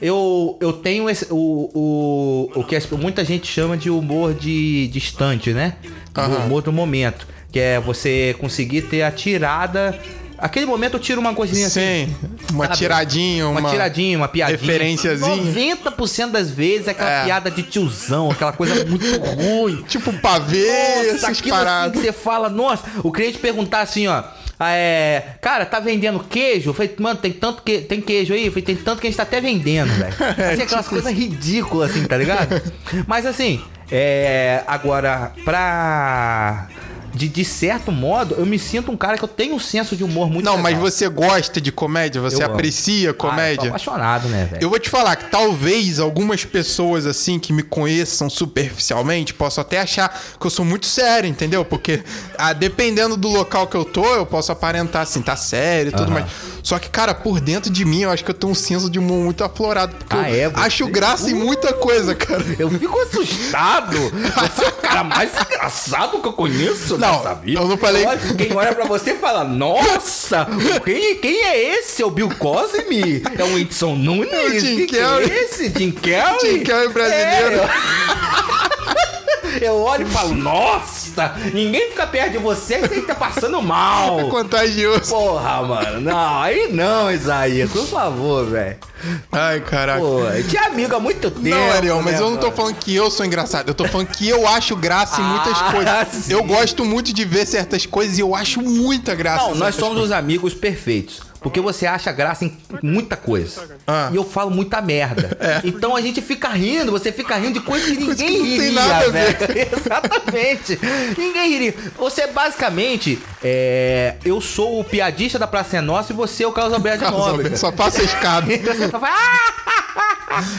[SPEAKER 1] Eu, eu tenho esse, o, o, o que as- muita gente chama de humor de distante, né? Do
[SPEAKER 2] Aham.
[SPEAKER 1] humor do momento. Que é você conseguir ter a tirada. Aquele momento eu tiro uma coisinha assim.
[SPEAKER 2] Sim, uma
[SPEAKER 1] Sabe?
[SPEAKER 2] tiradinha, uma...
[SPEAKER 1] Uma tiradinha, uma piadinha.
[SPEAKER 2] referenciazinha.
[SPEAKER 1] 90% das vezes é aquela
[SPEAKER 2] É.
[SPEAKER 1] piada de tiozão, aquela coisa muito ruim.
[SPEAKER 2] Tipo pavê,
[SPEAKER 1] Nossa,
[SPEAKER 2] essas
[SPEAKER 1] aquilo assim que
[SPEAKER 2] paradas.
[SPEAKER 1] você fala, nossa, o cliente perguntar assim, ó. ah, É, cara, tá vendendo queijo? Eu falei, mano, tem tanto que tem queijo aí? Eu falei, tem tanto que a gente tá até vendendo,
[SPEAKER 2] (laughs)
[SPEAKER 1] velho. Assim,
[SPEAKER 2] É, tipo
[SPEAKER 1] aquelas coisas ridículas, assim, tá ligado? Mas assim, é. Agora, pra. De, de certo modo, eu me sinto um cara que eu tenho um senso de humor muito
[SPEAKER 2] Não, mas
[SPEAKER 1] legal.
[SPEAKER 2] você gosta de comédia? Você
[SPEAKER 1] Eu amo. Ah,
[SPEAKER 2] aprecia
[SPEAKER 1] eu
[SPEAKER 2] comédia?
[SPEAKER 1] tô apaixonado, né, velho?
[SPEAKER 2] É. Eu vou te falar que talvez algumas pessoas assim que me conheçam superficialmente possam até achar que eu sou muito sério, entendeu? Porque ah, dependendo do local que eu tô, eu posso aparentar assim, tá sério e tudo
[SPEAKER 1] Aham.
[SPEAKER 2] mais. Só que, cara, por dentro de mim eu acho que eu tenho um senso de humor muito aflorado. Porque
[SPEAKER 1] Ah,
[SPEAKER 2] eu
[SPEAKER 1] é? Você?
[SPEAKER 2] acho graça em muita coisa, cara.
[SPEAKER 1] Eu fico
[SPEAKER 2] (laughs)
[SPEAKER 1] assustado. Você é o cara mais engraçado que eu conheço
[SPEAKER 2] Não,
[SPEAKER 1] nessa vida.
[SPEAKER 2] eu não falei-
[SPEAKER 1] Olha, Quem olha pra você e fala, nossa, quem, quem é esse? É o Bill Cosby? É o Edson Nunes?
[SPEAKER 2] É o Jim
[SPEAKER 1] Quem que
[SPEAKER 2] Carrey.
[SPEAKER 1] é esse? Jim Carrey?
[SPEAKER 2] Jim Carrey brasileiro.
[SPEAKER 1] É. Eu olho e falo, nossa, ninguém fica perto de você que tá passando
[SPEAKER 2] É
[SPEAKER 1] mal.
[SPEAKER 2] contagioso.
[SPEAKER 1] Porra, mano. Não, aí não, Isaías. Por favor, velho.
[SPEAKER 2] Ai, caraca.
[SPEAKER 1] Pô, eu tinha amigo há muito tempo.
[SPEAKER 2] Não, Ariel, mas
[SPEAKER 1] né,
[SPEAKER 2] eu não tô
[SPEAKER 1] mano?
[SPEAKER 2] falando que eu sou engraçado. Eu tô falando que eu acho graça em muitas
[SPEAKER 1] Ah,
[SPEAKER 2] coisas.
[SPEAKER 1] (laughs) sim.
[SPEAKER 2] Eu gosto muito de ver certas coisas e eu acho muita graça.
[SPEAKER 1] Não,
[SPEAKER 2] em
[SPEAKER 1] nós
[SPEAKER 2] certas
[SPEAKER 1] somos
[SPEAKER 2] coisas.
[SPEAKER 1] os amigos perfeitos. Porque você acha graça em muita coisa.
[SPEAKER 2] Ah.
[SPEAKER 1] E eu falo muita merda. Então a gente fica rindo, você fica rindo de coisa que ninguém
[SPEAKER 2] que não tem
[SPEAKER 1] riria,
[SPEAKER 2] nada a ver.
[SPEAKER 1] velho. (laughs) Exatamente. ninguém riria. Você basicamente é, Eu sou o piadista da Praça é Nossa e você é o Carlos Alberto de
[SPEAKER 2] Carlos Alberto,
[SPEAKER 1] Nobre. (laughs)
[SPEAKER 2] Só passa a escada.
[SPEAKER 1] E você só fala, ah!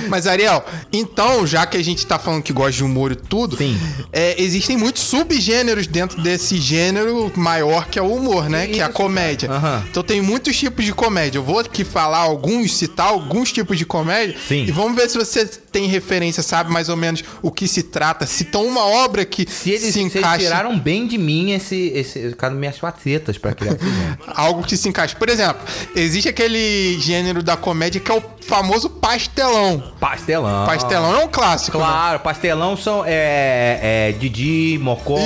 [SPEAKER 2] Mas, Ariel, então, já que a gente tá falando que gosta de humor e tudo,
[SPEAKER 1] Sim.
[SPEAKER 2] é, existem muitos subgêneros dentro desse gênero maior que é o humor, né? Que é a
[SPEAKER 1] Isso,
[SPEAKER 2] comédia.
[SPEAKER 1] cara. Aham.
[SPEAKER 2] Então tem muitos tipos de comédia. Eu vou aqui falar alguns, citar alguns tipos de comédia.
[SPEAKER 1] Sim.
[SPEAKER 2] E vamos ver se você tem referência, sabe mais ou menos o que se trata. Citam uma obra que
[SPEAKER 1] Se eles,
[SPEAKER 2] se
[SPEAKER 1] se eles
[SPEAKER 2] encaixa.
[SPEAKER 1] tiraram bem de mim esse, esse cara minhas facetas pra (laughs) criar esse nome.
[SPEAKER 2] Algo que se encaixa. Por exemplo, existe aquele gênero da comédia que é o famoso pastelão.
[SPEAKER 1] Pastelão.
[SPEAKER 2] Pastelão é um clássico. né?
[SPEAKER 1] Claro, pastelão são é, é, Didi, Mocó.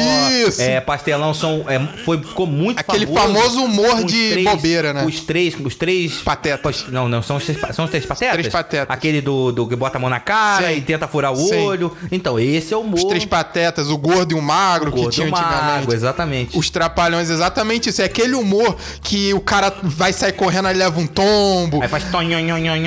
[SPEAKER 2] Isso.
[SPEAKER 1] É, pastelão são é, foi ficou muito
[SPEAKER 2] Aquele famoso humor
[SPEAKER 1] os
[SPEAKER 2] de bobeira, né?
[SPEAKER 1] Os três, os três
[SPEAKER 2] Patetas.
[SPEAKER 1] pas- não, não são os três, pa- são os três patetas.
[SPEAKER 2] Três patetas.
[SPEAKER 1] Aquele do, do que bota a mão na cara
[SPEAKER 2] Sim.
[SPEAKER 1] e tenta furar o
[SPEAKER 2] Sim.
[SPEAKER 1] olho. Então esse é o humor.
[SPEAKER 2] Os três patetas, o gordo e o magro
[SPEAKER 1] gordo
[SPEAKER 2] que tinha
[SPEAKER 1] e magro,
[SPEAKER 2] antigamente.
[SPEAKER 1] exatamente.
[SPEAKER 2] Os trapalhões, exatamente isso. É aquele humor que o cara vai sair correndo, aí leva um tombo.
[SPEAKER 1] Aí faz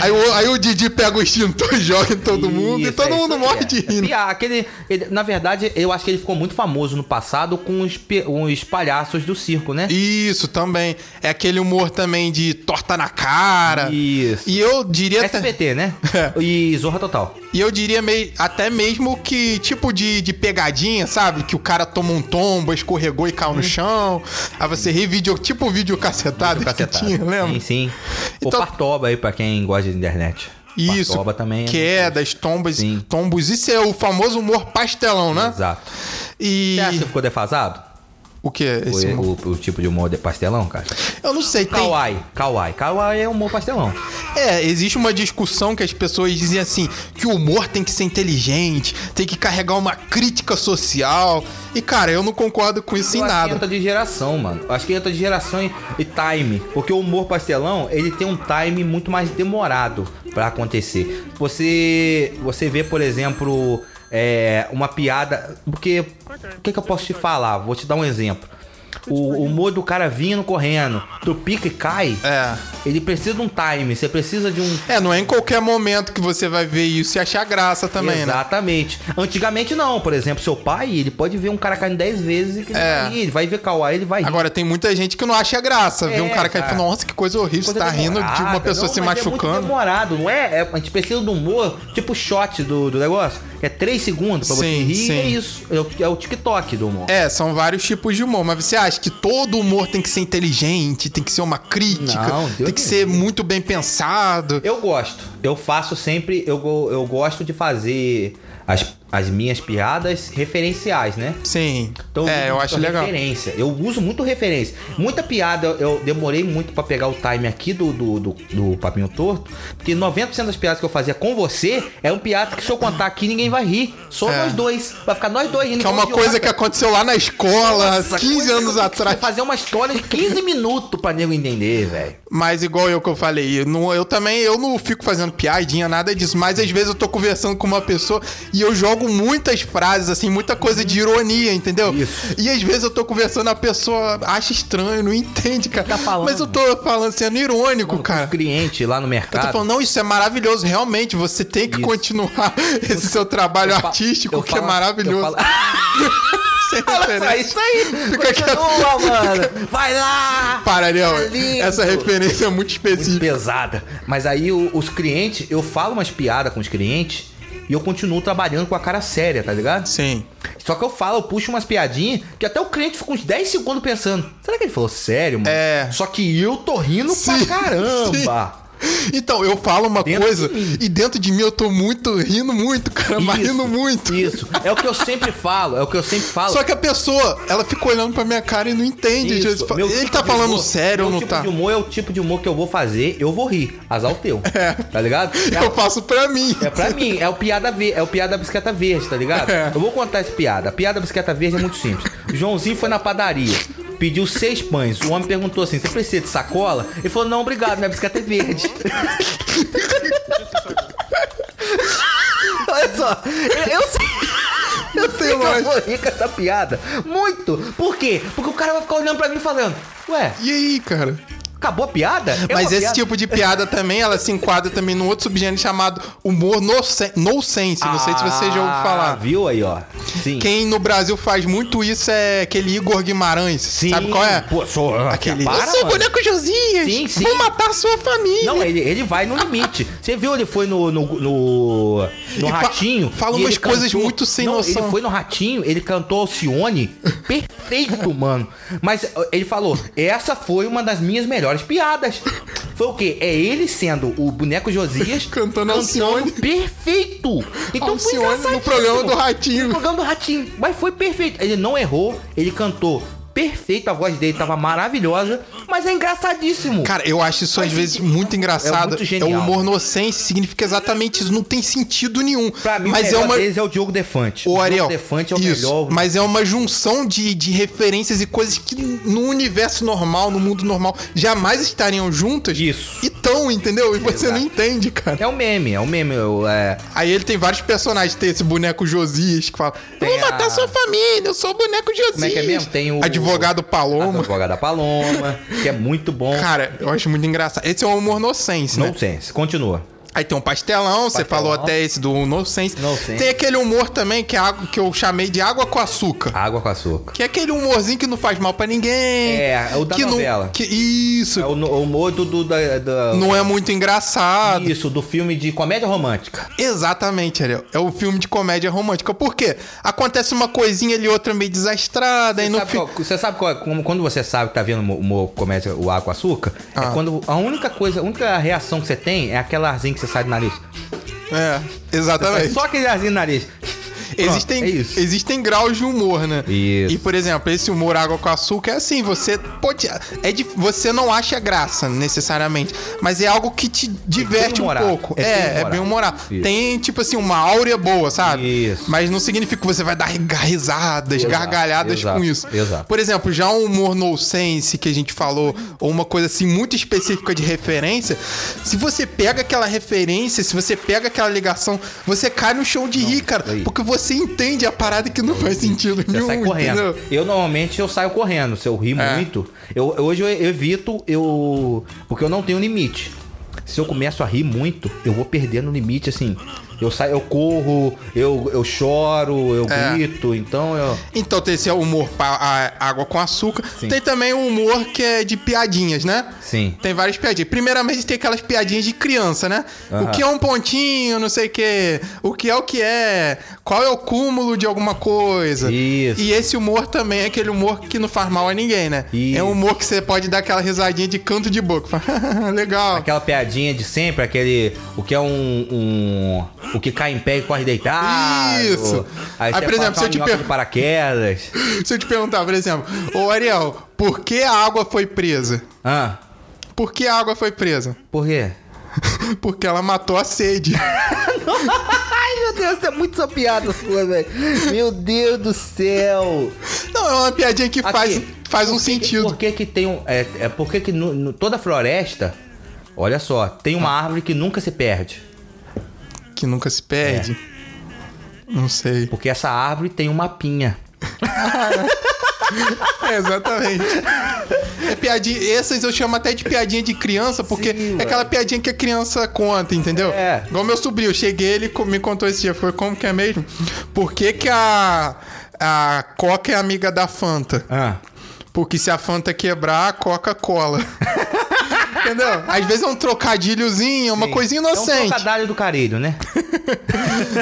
[SPEAKER 2] Aí o, aí o Didi pega o extintor e joga em todo mundo. E
[SPEAKER 1] Isso,
[SPEAKER 2] todo
[SPEAKER 1] é
[SPEAKER 2] mundo
[SPEAKER 1] isso
[SPEAKER 2] morre
[SPEAKER 1] aí,
[SPEAKER 2] de
[SPEAKER 1] é.
[SPEAKER 2] rir.
[SPEAKER 1] E aquele, ele- na verdade, eu acho que ele ficou muito famoso no passado com os, pe- os palhaços do circo, né?
[SPEAKER 2] Isso também. É aquele humor também de torta na cara.
[SPEAKER 1] Isso.
[SPEAKER 2] E eu É. diria. até-
[SPEAKER 1] SBT, né? E Zorra Total.
[SPEAKER 2] E eu diria meio, até mesmo que tipo de, de pegadinha, sabe? Que o cara toma um tombo, escorregou e
[SPEAKER 1] Hum.
[SPEAKER 2] caiu no chão. Aí você ri, vídeo, tipo vídeo cacetado,
[SPEAKER 1] Cacetado.
[SPEAKER 2] que tinha, lembra?
[SPEAKER 1] tá. Sim, sim.
[SPEAKER 2] Então-
[SPEAKER 1] O Partoba aí, pra quem gosta de internet.
[SPEAKER 2] Isso,
[SPEAKER 1] Partoba também. é
[SPEAKER 2] quedas, tombas,
[SPEAKER 1] Sim.
[SPEAKER 2] tombos. Isso é o famoso humor pastelão, né?
[SPEAKER 1] muito- Exato.
[SPEAKER 2] E
[SPEAKER 1] Você acha que ficou defasado?
[SPEAKER 2] o que é esse
[SPEAKER 1] O,
[SPEAKER 2] humor?
[SPEAKER 1] o- o tipo de humor de pastelão, cara?
[SPEAKER 2] Eu não sei, tem...
[SPEAKER 1] Kawaii. Kawaii. Kawaii é humor pastelão.
[SPEAKER 2] É, existe uma discussão que as pessoas dizem assim, que o humor tem que ser inteligente, tem que carregar uma crítica social. E cara, eu não concordo com isso em
[SPEAKER 1] Eu acho que
[SPEAKER 2] nada.
[SPEAKER 1] entra de geração, mano. Eu acho que entra de geração e, e time. Porque o humor pastelão, ele tem um time muito mais demorado pra acontecer. Você, você vê, por exemplo, é, uma piada... Porque, o que, que eu posso te falar? Vou te dar um exemplo. O, o humor do cara vindo correndo, tu pica e cai,
[SPEAKER 2] É.
[SPEAKER 1] ele precisa de um time. Você precisa de um...
[SPEAKER 2] É, não é em qualquer momento que você vai ver isso e achar graça também, né?
[SPEAKER 1] Exatamente. Antigamente não, por exemplo, seu pai, ele pode ver um cara caindo 10 vezes e que ele
[SPEAKER 2] É.
[SPEAKER 1] vai rir, ele vai ver Kawaii, ele vai rir.
[SPEAKER 2] Agora, tem muita gente que não acha graça.
[SPEAKER 1] É,
[SPEAKER 2] ver um cara que fala,
[SPEAKER 1] cara.
[SPEAKER 2] nossa, que coisa horrível, você tá rindo de uma
[SPEAKER 1] demorada.
[SPEAKER 2] pessoa
[SPEAKER 1] Não,
[SPEAKER 2] se
[SPEAKER 1] mas É muito
[SPEAKER 2] machucando.
[SPEAKER 1] demorado, não é? É- A gente precisa do humor, tipo shot do, do negócio. É 3 segundos pra você
[SPEAKER 2] Sim,
[SPEAKER 1] rir
[SPEAKER 2] sim.
[SPEAKER 1] é isso. É o, é o TikTok do humor.
[SPEAKER 2] É, são vários tipos de humor, mas você acha que todo humor tem que ser inteligente, tem que ser uma crítica,
[SPEAKER 1] Não, Deus
[SPEAKER 2] tem que
[SPEAKER 1] me
[SPEAKER 2] ser muito bem pensado.
[SPEAKER 1] Eu gosto. Eu faço sempre. Eu, go- eu gosto de fazer as, as minhas piadas referenciais, né?
[SPEAKER 2] Sim.
[SPEAKER 1] Então,
[SPEAKER 2] é, eu
[SPEAKER 1] uso
[SPEAKER 2] acho
[SPEAKER 1] muita
[SPEAKER 2] legal.
[SPEAKER 1] Referência. Eu uso muito referência. Muita piada, eu demorei muito pra pegar o time aqui do, do, do, do Papinho Torto, porque 90% das piadas que eu fazia com você é um piada que se eu contar aqui ninguém vai rir. Só
[SPEAKER 2] É.
[SPEAKER 1] nós dois. Vai ficar nós dois rindo. Então,
[SPEAKER 2] Que é uma coisa que aconteceu lá na escola, 15 anos atrás.
[SPEAKER 1] Fazer uma história de 15 minutos pra nego entender, velho.
[SPEAKER 2] Mas igual eu que eu falei, eu, não- eu também eu não fico fazendo piadinha, nada disso. Mas às vezes eu tô conversando com uma pessoa e eu jogo muitas frases, assim, muita coisa de ironia, entendeu?
[SPEAKER 1] Isso.
[SPEAKER 2] E às vezes eu tô conversando, a pessoa acha estranho, não entende, cara.
[SPEAKER 1] Tá falando.
[SPEAKER 2] Mas eu tô falando sendo irônico, cara.
[SPEAKER 1] Um cliente lá no
[SPEAKER 2] Eu tô
[SPEAKER 1] mercado.
[SPEAKER 2] falando, não, isso é maravilhoso, realmente. Você tem que
[SPEAKER 1] Isso.
[SPEAKER 2] continuar (laughs) esse seu trabalho
[SPEAKER 1] fa-
[SPEAKER 2] artístico,
[SPEAKER 1] eu
[SPEAKER 2] que é
[SPEAKER 1] falo-
[SPEAKER 2] maravilhoso.
[SPEAKER 1] eu falo- (laughs)
[SPEAKER 2] Sem
[SPEAKER 1] Olha só,
[SPEAKER 2] referência.
[SPEAKER 1] isso aí.
[SPEAKER 2] Fica quieto.
[SPEAKER 1] Continua, mano. Vai lá.
[SPEAKER 2] Para, Ariel,
[SPEAKER 1] É lindo.
[SPEAKER 2] essa referência é muito
[SPEAKER 1] muito
[SPEAKER 2] específica.
[SPEAKER 1] pesada. Mas aí o- os clientes, eu falo umas piadas com os clientes e eu continuo trabalhando com a cara séria, tá ligado?
[SPEAKER 2] Sim.
[SPEAKER 1] Só que eu falo, eu puxo umas piadinhas que até o cliente fica uns 10 segundos pensando: será que ele falou sério, mano?
[SPEAKER 2] É.
[SPEAKER 1] Só que eu tô rindo
[SPEAKER 2] Sim,
[SPEAKER 1] pra caramba.
[SPEAKER 2] Então, eu falo uma
[SPEAKER 1] Dentro
[SPEAKER 2] coisa
[SPEAKER 1] de mim.
[SPEAKER 2] e dentro de mim eu tô muito rindo muito, cara, mas
[SPEAKER 1] Isso,
[SPEAKER 2] rindo muito.
[SPEAKER 1] Isso. É o que eu sempre falo, é o que eu sempre falo.
[SPEAKER 2] Só que a pessoa, ela fica olhando pra minha cara e não entende.
[SPEAKER 1] Isso,
[SPEAKER 2] Às vezes fala,
[SPEAKER 1] meu
[SPEAKER 2] Ele
[SPEAKER 1] tipo
[SPEAKER 2] tá
[SPEAKER 1] de
[SPEAKER 2] falando
[SPEAKER 1] humor-
[SPEAKER 2] sério ou
[SPEAKER 1] meu
[SPEAKER 2] não
[SPEAKER 1] tipo
[SPEAKER 2] tá?
[SPEAKER 1] de humor é o tipo de humor que eu vou fazer, eu vou rir. Azar o teu.
[SPEAKER 2] É.
[SPEAKER 1] Tá
[SPEAKER 2] (laughs)
[SPEAKER 1] ligado? É a
[SPEAKER 2] Eu faço pra mim.
[SPEAKER 1] É pra mim, é o piada ver, é o piada bicicleta verde, tá ligado?
[SPEAKER 2] É.
[SPEAKER 1] Eu vou contar essa piada. A piada bicicleta verde é muito simples. O Joãozinho foi na padaria, pediu seis pães. O homem perguntou assim: "Você precisa de sacola?" Ele falou: "Não, obrigado, minha bicicleta é verde." Olha só, eu, eu sei. Eu sei que eu vou rir com essa piada. Muito! Por quê? Porque o cara vai ficar olhando pra mim e falando: Ué,
[SPEAKER 2] E aí, cara?
[SPEAKER 1] acabou a piada? É
[SPEAKER 2] Mas
[SPEAKER 1] uma
[SPEAKER 2] esse
[SPEAKER 1] piada.
[SPEAKER 2] tipo de piada também, ela se enquadra também num outro subgênero chamado humor no, sen- no sense. Não sei se você já ouviu
[SPEAKER 1] Ah,
[SPEAKER 2] falar.
[SPEAKER 1] Viu aí, ó. Sim.
[SPEAKER 2] Quem no Brasil faz muito isso é aquele Igor Guimarães.
[SPEAKER 1] Sim.
[SPEAKER 2] Sabe qual é?
[SPEAKER 1] Pô, sou ah,
[SPEAKER 2] Aquele.
[SPEAKER 1] Para,
[SPEAKER 2] eu sou
[SPEAKER 1] mano.
[SPEAKER 2] boneco Josias.
[SPEAKER 1] Sim, sim.
[SPEAKER 2] Vou matar sua família.
[SPEAKER 1] Não, ele, ele vai no limite. Você viu, ele foi no, no, no, no
[SPEAKER 2] E fa-
[SPEAKER 1] Ratinho.
[SPEAKER 2] fala
[SPEAKER 1] e
[SPEAKER 2] umas
[SPEAKER 1] ele
[SPEAKER 2] coisas muito sem noção.
[SPEAKER 1] Ele foi no Ratinho, ele cantou Alcione. Perfeito, (laughs) mano. Mas ó, ele falou: essa foi uma das minhas melhores piadas. Foi o quê? É ele sendo o boneco Josias
[SPEAKER 2] Cantando Alcione.
[SPEAKER 1] Perfeito! Então foi
[SPEAKER 2] Alcione no
[SPEAKER 1] engraçadíssimo.
[SPEAKER 2] programa do Ratinho.
[SPEAKER 1] No programa do Ratinho. Mas foi perfeito. Ele não errou, ele cantou perfeito, a voz dele tava maravilhosa, mas é engraçadíssimo.
[SPEAKER 2] Cara, eu acho isso às vezes muito engraçado.
[SPEAKER 1] é muito genial.
[SPEAKER 2] É o humor nocente, significa exatamente isso. Não tem sentido nenhum.
[SPEAKER 1] Pra mim,
[SPEAKER 2] mas
[SPEAKER 1] o
[SPEAKER 2] é
[SPEAKER 1] melhor
[SPEAKER 2] uma.
[SPEAKER 1] deles é o Diogo Defante.
[SPEAKER 2] Ô, Ariel,
[SPEAKER 1] Diogo Defante é o
[SPEAKER 2] isso,
[SPEAKER 1] melhor.
[SPEAKER 2] mas é uma junção de, de referências e coisas que no universo normal, no mundo normal, jamais estariam juntas.
[SPEAKER 1] Isso.
[SPEAKER 2] E tão, entendeu? E você
[SPEAKER 1] Exato.
[SPEAKER 2] não entende, cara.
[SPEAKER 1] É o meme, é o meme. eu, É...
[SPEAKER 2] Aí ele tem vários personagens. Tem esse boneco Josias que fala: Eu Vou
[SPEAKER 1] Tem a-
[SPEAKER 2] matar sua família, eu sou o boneco Josias.
[SPEAKER 1] Como é que é mesmo? Tem o-
[SPEAKER 2] Advogado
[SPEAKER 1] A
[SPEAKER 2] Paloma.
[SPEAKER 1] advogada Paloma, que é muito bom.
[SPEAKER 2] Cara, eu acho muito engraçado. Esse é um humor nonsense, né?
[SPEAKER 1] No sense, continua.
[SPEAKER 2] Aí tem um pastelão, você
[SPEAKER 1] Pastelão.
[SPEAKER 2] falou até esse do Nonsense.
[SPEAKER 1] Nonsense.
[SPEAKER 2] Tem aquele humor também que, é água, que eu chamei de água com açúcar.
[SPEAKER 1] Água com açúcar.
[SPEAKER 2] Que é aquele humorzinho que não faz mal pra ninguém.
[SPEAKER 1] É, é o da
[SPEAKER 2] que não-
[SPEAKER 1] novela.
[SPEAKER 2] que isso.
[SPEAKER 1] É o, no- o humor do, do- da, da-
[SPEAKER 2] Não é muito engraçado.
[SPEAKER 1] Isso, do filme de comédia romântica.
[SPEAKER 2] Exatamente, Ariel. É um filme de comédia romântica. Por quê? Acontece uma coisinha ali, outra meio desastrada.
[SPEAKER 1] Você
[SPEAKER 2] e no
[SPEAKER 1] sabe,
[SPEAKER 2] fi...
[SPEAKER 1] qual- você sabe qual é- como- quando você sabe que tá vendo o humor comédia, o água com açúcar,
[SPEAKER 2] Ah.
[SPEAKER 1] é quando a única coisa, a única reação que você tem é aquela arzinha que você sai do nariz.
[SPEAKER 2] É, exatamente.
[SPEAKER 1] Só aquele arzinho do nariz.
[SPEAKER 2] Existem,
[SPEAKER 1] é isso.
[SPEAKER 2] existem graus de humor, né?
[SPEAKER 1] Isso.
[SPEAKER 2] E, por exemplo, esse humor água com açúcar é assim, você pode. É dif- você não acha graça, necessariamente. Mas é algo que te diverte um
[SPEAKER 1] bem-humorado.
[SPEAKER 2] pouco.
[SPEAKER 1] É
[SPEAKER 2] É, é
[SPEAKER 1] bem-humorado.
[SPEAKER 2] bem humorado.
[SPEAKER 1] Isso.
[SPEAKER 2] Tem, tipo assim, uma áurea boa, sabe?
[SPEAKER 1] Isso.
[SPEAKER 2] Mas não significa que você vai dar ri- risadas,
[SPEAKER 1] Exato,
[SPEAKER 2] gargalhadas
[SPEAKER 1] exato,
[SPEAKER 2] com isso.
[SPEAKER 1] exato.
[SPEAKER 2] Por exemplo, já um humor no sense que a gente falou, ou uma coisa assim muito específica de referência, se você pega aquela referência, se você pega aquela ligação, você cai no chão de rir, cara.
[SPEAKER 1] aí.
[SPEAKER 2] Porque você entende a parada que não faz sentido
[SPEAKER 1] Você
[SPEAKER 2] nenhum,
[SPEAKER 1] sai correndo.
[SPEAKER 2] entendeu?
[SPEAKER 1] Eu normalmente eu saio correndo. Se eu rir
[SPEAKER 2] É.
[SPEAKER 1] muito, eu, eu- hoje eu evito, eu. Porque eu não tenho limite. Se eu começo a rir muito, eu vou perdendo o limite, assim. Eu saio, eu corro, eu, eu choro, eu
[SPEAKER 2] É.
[SPEAKER 1] grito, então eu.
[SPEAKER 2] Então tem esse humor pa- a- água com açúcar.
[SPEAKER 1] Sim.
[SPEAKER 2] Tem também o humor que é de piadinhas, né?
[SPEAKER 1] Sim.
[SPEAKER 2] Tem várias piadinhas. Primeiramente tem aquelas piadinhas de criança, né? O
[SPEAKER 1] Aham.
[SPEAKER 2] que é um pontinho, não sei o quê. O que é o que é. Qual é o cúmulo de alguma coisa.
[SPEAKER 1] Isso.
[SPEAKER 2] E esse humor também é aquele humor que não faz mal a ninguém, né?
[SPEAKER 1] Isso.
[SPEAKER 2] É um humor que você pode dar aquela risadinha de canto de boca. (laughs) Fala, Legal.
[SPEAKER 1] Aquela piadinha de sempre, aquele. O que é um. um- o que cai em pé e corre deitado.
[SPEAKER 2] Isso.
[SPEAKER 1] Aí, por exemplo, se eu te
[SPEAKER 2] per-
[SPEAKER 1] de paraquedas.
[SPEAKER 2] Se eu te perguntar, por exemplo, ô Ariel, por que a água foi presa?
[SPEAKER 1] Ah,
[SPEAKER 2] Por que a água foi presa?
[SPEAKER 1] por quê?
[SPEAKER 2] Porque ela matou a sede. (laughs)
[SPEAKER 1] Ai, meu Deus, é muito só piada sua, velho. Meu Deus do céu.
[SPEAKER 2] Não, é uma piadinha que
[SPEAKER 1] Aqui,
[SPEAKER 2] faz, faz um sentido.
[SPEAKER 1] Por que que tem um... É, é por que que no, no- toda floresta, olha só, tem uma
[SPEAKER 2] Ah.
[SPEAKER 1] árvore que nunca se perde?
[SPEAKER 2] Que nunca se perde.
[SPEAKER 1] É.
[SPEAKER 2] Não sei.
[SPEAKER 1] Porque essa árvore tem uma pinha.
[SPEAKER 2] É, exatamente. É piadinha, essas eu chamo até de piadinha de criança, porque
[SPEAKER 1] Sim,
[SPEAKER 2] é aquela piadinha que a criança conta, entendeu?
[SPEAKER 1] É.
[SPEAKER 2] Igual meu sobrinho, eu cheguei, ele co- me contou esse dia, foi como que é mesmo? Por que, que a, a Coca é amiga da Fanta?
[SPEAKER 1] Ah.
[SPEAKER 2] Porque se a Fanta quebrar, a Coca cola. (laughs) Entendeu? Às vezes é um trocadilhozinho, é uma coisinha
[SPEAKER 1] É um
[SPEAKER 2] inocente.
[SPEAKER 1] trocadilho do carilho, né?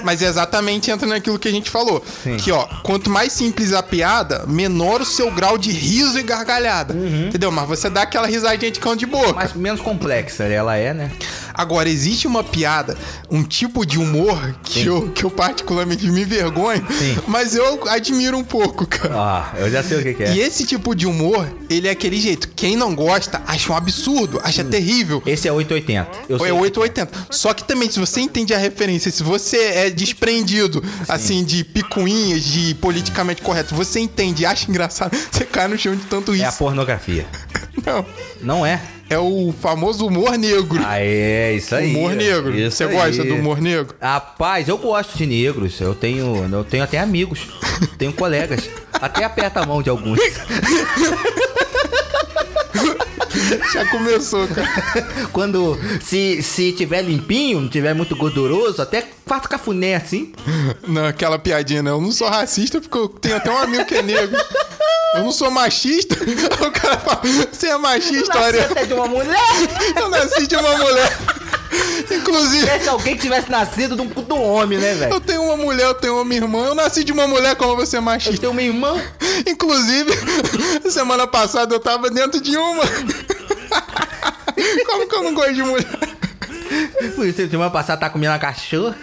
[SPEAKER 2] Mas é exatamente entra naquilo que a gente falou. Que, ó, quanto mais simples a piada, menor o seu grau de riso e gargalhada.
[SPEAKER 1] Uhum.
[SPEAKER 2] Entendeu? Mas você dá aquela risadinha de cão de boca.
[SPEAKER 1] Mas menos complexa ela é, né?
[SPEAKER 2] Agora, existe uma piada, um tipo de humor que, eu, que eu particularmente me envergonho,
[SPEAKER 1] Sim.
[SPEAKER 2] mas eu admiro um pouco, cara.
[SPEAKER 1] Ah, eu já sei o que, que é.
[SPEAKER 2] E esse tipo de humor, ele é aquele jeito. Quem não gosta, acha um absurdo, acha terrível.
[SPEAKER 1] Esse é 880. Eu
[SPEAKER 2] Ou
[SPEAKER 1] sei
[SPEAKER 2] é
[SPEAKER 1] o que
[SPEAKER 2] 880. Só que também, se você entende a referência, se você é desprendido, assim, de picuinhas, de politicamente correto, você entende, acha engraçado, (laughs) você cai no chão de tanto
[SPEAKER 1] é. É a
[SPEAKER 2] isso.
[SPEAKER 1] pornografia.
[SPEAKER 2] Não.
[SPEAKER 1] Não é?
[SPEAKER 2] É o famoso humor negro.
[SPEAKER 1] Ah, é, isso aí.
[SPEAKER 2] humor negro.
[SPEAKER 1] Isso
[SPEAKER 2] você
[SPEAKER 1] aí.
[SPEAKER 2] gosta do humor negro?
[SPEAKER 1] Rapaz, eu gosto de negros. Eu tenho, eu tenho até amigos, tenho colegas. Até aperta a mão de alguns.
[SPEAKER 2] Já começou,
[SPEAKER 1] (laughs)
[SPEAKER 2] cara.
[SPEAKER 1] Quando se, se tiver limpinho, não tiver muito gorduroso, até faço cafuné assim.
[SPEAKER 2] Não, aquela piadinha, não. Eu não sou racista porque eu tenho até um amigo que é negro. Eu não sou machista. (laughs) O cara fala, você é machista,
[SPEAKER 1] Nasci
[SPEAKER 2] olha.
[SPEAKER 1] até de uma mulher.
[SPEAKER 2] Eu nasci de uma mulher. Inclusive,
[SPEAKER 1] Se alguém tivesse nascido de um, de um homem, né,
[SPEAKER 2] Eu
[SPEAKER 1] velho?
[SPEAKER 2] tenho uma mulher, eu tenho uma irmã. Eu nasci de uma mulher, como você é
[SPEAKER 1] Eu (laughs)
[SPEAKER 2] machista.
[SPEAKER 1] tenho uma irmã.
[SPEAKER 2] Inclusive, (laughs) semana passada eu tava dentro de uma. (laughs) Como que eu não gosto de mulher?
[SPEAKER 1] Por isso, semana passada tá comendo uma cachorra.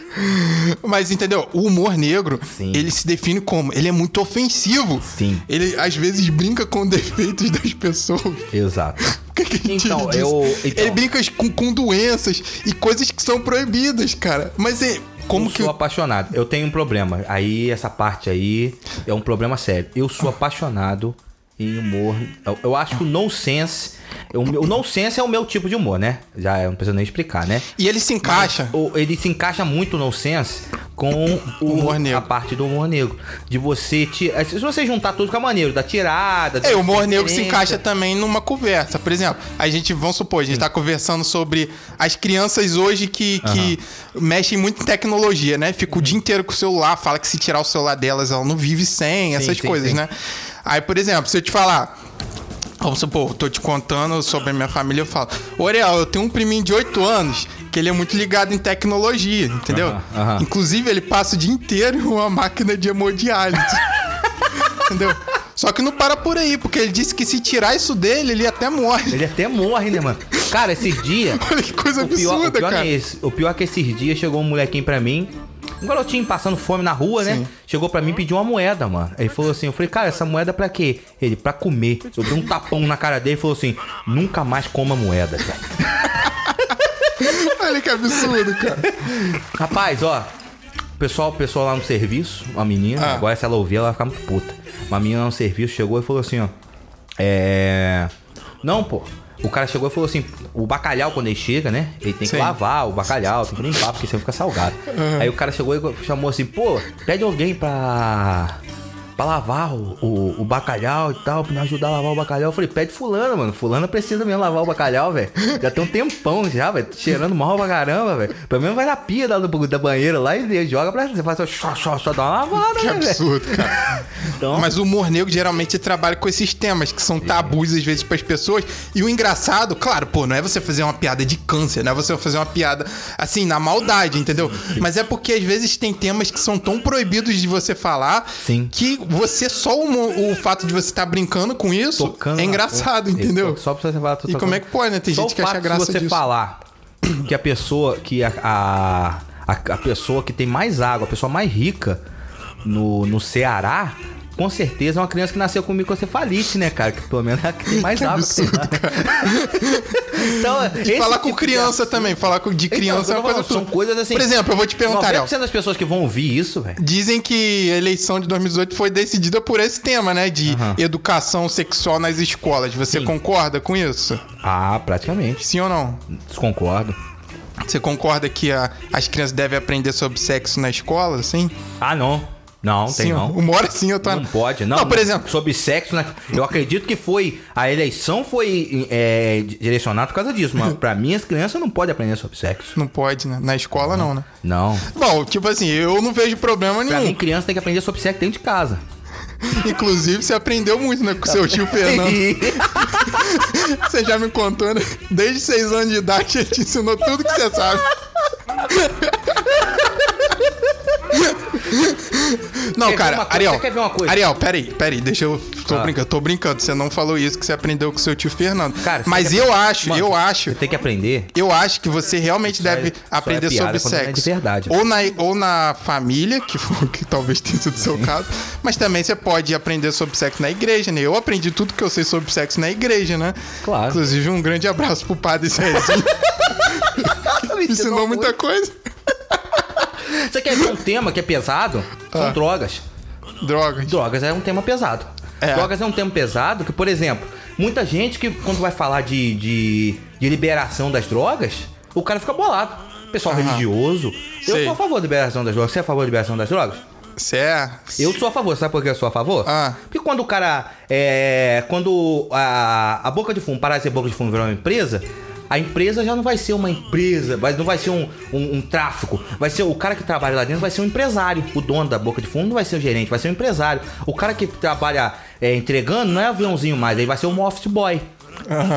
[SPEAKER 2] Mas entendeu? O humor negro,
[SPEAKER 1] Sim.
[SPEAKER 2] ele se define como? Ele é muito ofensivo.
[SPEAKER 1] Sim.
[SPEAKER 2] Ele às vezes brinca com (laughs) defeitos das pessoas.
[SPEAKER 1] Exato.
[SPEAKER 2] O que, que a gente
[SPEAKER 1] Então,
[SPEAKER 2] diz?
[SPEAKER 1] eu- então-
[SPEAKER 2] Ele brinca com, com doenças e coisas que são proibidas, cara. Mas é. Como
[SPEAKER 1] eu
[SPEAKER 2] que.
[SPEAKER 1] sou apaixonado. Eu tenho um problema. Aí, essa parte aí é um problema sério. Eu sou apaixonado em humor. Eu, eu acho que o nonsense. O, meu- o nonsense é o meu tipo de humor, né? Já eu não preciso nem explicar, né?
[SPEAKER 2] E ele se encaixa.
[SPEAKER 1] O- ele se encaixa muito no nonsense com o,
[SPEAKER 2] Humor negro.
[SPEAKER 1] a parte do humor negro. De você tirar. Se você juntar tudo fica maneiro, da tirada.
[SPEAKER 2] É,
[SPEAKER 1] da
[SPEAKER 2] o humor negro se
[SPEAKER 1] referência.
[SPEAKER 2] encaixa também numa conversa. Por exemplo, a gente, vamos supor, a gente tá conversando sobre as crianças hoje que, que mexem muito em tecnologia, né? Fica o dia
[SPEAKER 1] Uhum.
[SPEAKER 2] inteiro com o celular, fala que se tirar o celular delas, ela não vive sem, essas
[SPEAKER 1] sim,
[SPEAKER 2] coisas,
[SPEAKER 1] sim.
[SPEAKER 2] né? Aí, por exemplo, se eu te falar. Vamos supor, eu tô te contando sobre a minha família, eu falo, Oriel, eu tenho um priminho de 8 anos que ele é muito ligado em tecnologia, entendeu?
[SPEAKER 1] Aham, aham.
[SPEAKER 2] Inclusive, ele passa o dia inteiro em uma máquina de hemodiálise. Entendeu? Só que não para por aí, porque ele disse que se tirar isso dele, ele até morre.
[SPEAKER 1] (laughs) Ele até morre, né, mano? Cara, esses dias.
[SPEAKER 2] Olha que coisa
[SPEAKER 1] O pior,
[SPEAKER 2] absurda,
[SPEAKER 1] o pior
[SPEAKER 2] cara.
[SPEAKER 1] é esse. O pior é que esses dias chegou um molequinho pra mim, um garotinho passando fome na rua, né? Chegou pra mim e pediu uma moeda, mano. Ele falou assim, eu falei, cara, essa moeda é pra quê? Ele, pra comer. Eu dei um tapão na cara dele e falou assim, nunca mais coma moeda, cara.
[SPEAKER 2] Olha que absurdo, cara.
[SPEAKER 1] (laughs) Rapaz, ó. o Pessoal, o pessoal lá no serviço, uma menina,
[SPEAKER 2] Ah.
[SPEAKER 1] agora se ela ouvir, ela vai ficar muito puta. Uma menina lá no serviço chegou e falou assim, ó. É. Não, pô. O cara chegou e falou assim: o bacalhau, quando ele chega, né? Ele tem
[SPEAKER 2] Sim.
[SPEAKER 1] que lavar o bacalhau, tem que limpar, porque senão fica salgado. Aí o cara chegou e chamou assim: pô, pede alguém pra. pra lavar o, o- o bacalhau e tal, pra me ajudar a lavar o bacalhau. Eu falei: pede Fulano, mano. Fulano precisa mesmo lavar o bacalhau, velho. Já tem um tempão já, velho. Cheirando mal pra caramba, velho. Pelo menos vai na pia da, do- da banheira lá e joga pra. Você faz só, só, só, só dá uma lavada,
[SPEAKER 2] Que
[SPEAKER 1] né, velho?
[SPEAKER 2] absurdo, cara.
[SPEAKER 1] Então,
[SPEAKER 2] Mas o humor negro geralmente trabalha com esses temas que são tabus às vezes pras pessoas. E o engraçado, claro, pô, não é você fazer uma piada de câncer, não é você fazer uma piada assim na maldade, entendeu? Mas é porque às vezes tem temas que são tão proibidos de você falar
[SPEAKER 1] Sim.
[SPEAKER 2] que você só o, o fato de você estar brincando com isso
[SPEAKER 1] tocando. na-
[SPEAKER 2] é engraçado, entendeu?
[SPEAKER 1] Só pra você falar. tô
[SPEAKER 2] E como
[SPEAKER 1] tocando.
[SPEAKER 2] é que pode, né? Tem
[SPEAKER 1] Só
[SPEAKER 2] gente
[SPEAKER 1] o
[SPEAKER 2] que acha
[SPEAKER 1] fato de
[SPEAKER 2] graça
[SPEAKER 1] você
[SPEAKER 2] disso.
[SPEAKER 1] falar (clears throat) que a pessoa que a, a, a, a pessoa que tem mais água, a pessoa mais rica no, no Ceará. Com certeza é uma criança que nasceu com microcefalite, né, cara? Que pelo menos é a que tem mais água. que tem
[SPEAKER 2] absurdo,
[SPEAKER 1] lá. (laughs) então,
[SPEAKER 2] E
[SPEAKER 1] esse
[SPEAKER 2] falar com
[SPEAKER 1] tipo de
[SPEAKER 2] criança também. Falar com, de criança
[SPEAKER 1] Então,
[SPEAKER 2] é uma coisa.
[SPEAKER 1] são
[SPEAKER 2] absurda.
[SPEAKER 1] coisas assim.
[SPEAKER 2] Por exemplo, eu vou te perguntar, Léo.
[SPEAKER 1] 90% das pessoas que vão ouvir isso, velho.
[SPEAKER 2] Dizem que a eleição de 2018 foi decidida por esse tema, né? De educação sexual nas escolas. Você concorda com isso?
[SPEAKER 1] Ah, praticamente.
[SPEAKER 2] Sim ou não?
[SPEAKER 1] Desconcordo.
[SPEAKER 2] Você concorda que a- as crianças devem aprender sobre sexo na escola, assim?
[SPEAKER 1] Ah, não. Não, tem
[SPEAKER 2] sim,
[SPEAKER 1] não.
[SPEAKER 2] Uma hora sim eu tô...
[SPEAKER 1] Não pode, não.
[SPEAKER 2] Tá. por exemplo,
[SPEAKER 1] Sobre sexo, né? Eu acredito que foi. A eleição foi é, direcionada por causa disso, mas pra mim as crianças não podem aprender sobre sexo.
[SPEAKER 2] não pode, né? Na escola não, né?
[SPEAKER 1] Não.
[SPEAKER 2] Bom, tipo assim, eu não vejo problema
[SPEAKER 1] Pra mim,
[SPEAKER 2] nenhum.
[SPEAKER 1] criança tem que aprender sobre sexo dentro de casa.
[SPEAKER 2] Inclusive, você aprendeu muito, né? Com seu tio Fernando. Você já me contou, né? Desde seis anos de idade ele te ensinou tudo que você sabe. Não,
[SPEAKER 1] quer ver
[SPEAKER 2] cara,
[SPEAKER 1] uma coisa?
[SPEAKER 2] Ariel.
[SPEAKER 1] Você quer ver uma coisa?
[SPEAKER 2] Ariel, peraí, peraí, deixa eu. Tô
[SPEAKER 1] Ah.
[SPEAKER 2] brincando, tô brincando. Você não falou isso que você aprendeu com seu tio Fernando.
[SPEAKER 1] Cara, você
[SPEAKER 2] Mas
[SPEAKER 1] tem que-
[SPEAKER 2] eu acho,
[SPEAKER 1] Mano,
[SPEAKER 2] eu acho.
[SPEAKER 1] Você tem que aprender.
[SPEAKER 2] Eu acho que você realmente
[SPEAKER 1] é-
[SPEAKER 2] deve
[SPEAKER 1] isso é
[SPEAKER 2] aprender sobre
[SPEAKER 1] piada quando não é
[SPEAKER 2] sexo.
[SPEAKER 1] de verdade. né?
[SPEAKER 2] Ou na, ou na família, que, (laughs) foi- que talvez tenha sido o seu caso. Mas também você pode aprender sobre sexo na igreja, né? Eu aprendi tudo que eu sei sobre sexo na igreja, né?
[SPEAKER 1] Claro.
[SPEAKER 2] Inclusive, um grande abraço pro
[SPEAKER 1] (laughs)
[SPEAKER 2] padre Cezinho. Me ensinou é muita coisa.
[SPEAKER 1] Você quer ver um tema que é pesado? São
[SPEAKER 2] Ah.
[SPEAKER 1] drogas.
[SPEAKER 2] Drogas.
[SPEAKER 1] Drogas é um tema pesado.
[SPEAKER 2] É.
[SPEAKER 1] Drogas é um tema pesado que, por exemplo, muita gente que quando vai falar de, de, de liberação das drogas, o cara fica bolado. Pessoal religioso. Eu
[SPEAKER 2] Sei.
[SPEAKER 1] sou a favor da liberação das drogas. Você é a favor da liberação das drogas?
[SPEAKER 2] Você é.
[SPEAKER 1] Eu sou a favor, sabe por que eu sou a favor?
[SPEAKER 2] Ah.
[SPEAKER 1] Porque quando o cara. É, quando a, a boca de fumo parar de ser boca de fumo e virar uma empresa, a empresa já não vai ser uma empresa, mas não vai ser um, um, um tráfico. Vai ser o cara que trabalha lá dentro vai ser um empresário. O dono da boca de fumo não vai ser o gerente, vai ser um empresário. O cara que trabalha é, entregando não é aviãozinho mais, aí vai ser um office boy.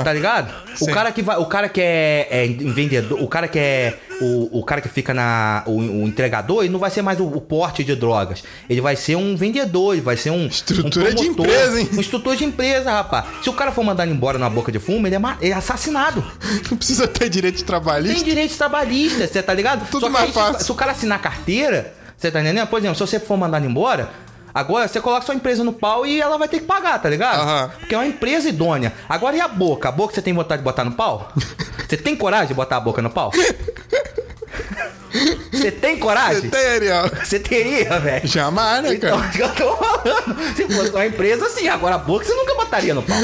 [SPEAKER 1] Tá ligado? O
[SPEAKER 2] Sim.
[SPEAKER 1] cara que vai, o cara que é, é vendedor, o cara que é o, o cara que fica na o, o entregador, ele não vai ser mais o, o porte de drogas. Ele vai ser um vendedor, ele vai ser um
[SPEAKER 2] Estrutura
[SPEAKER 1] um
[SPEAKER 2] de empresa, hein?
[SPEAKER 1] um instrutor de empresa, rapaz. Se o cara for mandado embora na boca de fumo, ele é, ma- ele é assassinado.
[SPEAKER 2] (laughs) Não precisa ter direito
[SPEAKER 1] Tem
[SPEAKER 2] trabalhista.
[SPEAKER 1] direitos trabalhistas, você tá ligado?
[SPEAKER 2] Tudo
[SPEAKER 1] Só que
[SPEAKER 2] mais
[SPEAKER 1] aí,
[SPEAKER 2] fácil.
[SPEAKER 1] Se, se o cara assinar carteira, você tá entendendo? Por exemplo, se você for mandado embora, agora você coloca sua empresa no pau e ela vai ter que pagar, tá ligado?
[SPEAKER 2] Aham.
[SPEAKER 1] Porque é uma empresa idônea. Agora e a boca? A boca você tem vontade de botar no pau? Você tem coragem de botar a boca no
[SPEAKER 2] (laughs)
[SPEAKER 1] pau? Você tem
[SPEAKER 2] Você
[SPEAKER 1] coragem?
[SPEAKER 2] tem, Ariel.
[SPEAKER 1] Você teria, velho.
[SPEAKER 2] Jamais, né,
[SPEAKER 1] Então, (laughs) é o
[SPEAKER 2] cara?
[SPEAKER 1] que eu tô falando. Se fosse uma empresa, sim. Agora a boca você nunca botaria no pau.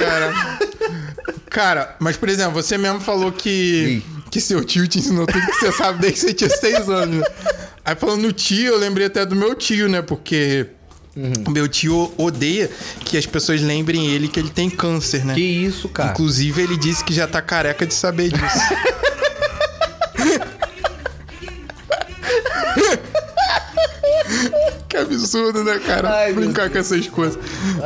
[SPEAKER 2] Cara. Cara, mas por exemplo, você mesmo falou que, que seu tio te ensinou tudo que você sabe desde que você tinha seis anos. Aí falando no tio, eu lembrei até do meu tio, né? Porque
[SPEAKER 1] Uhum.
[SPEAKER 2] o meu tio odeia que as pessoas lembrem ele que ele tem câncer, né?
[SPEAKER 1] Que isso, cara.
[SPEAKER 2] Inclusive, ele disse que já tá careca de saber disso. (laughs) que absurdo, né, cara?
[SPEAKER 1] Ai, meu
[SPEAKER 2] Brincar com essas coisas.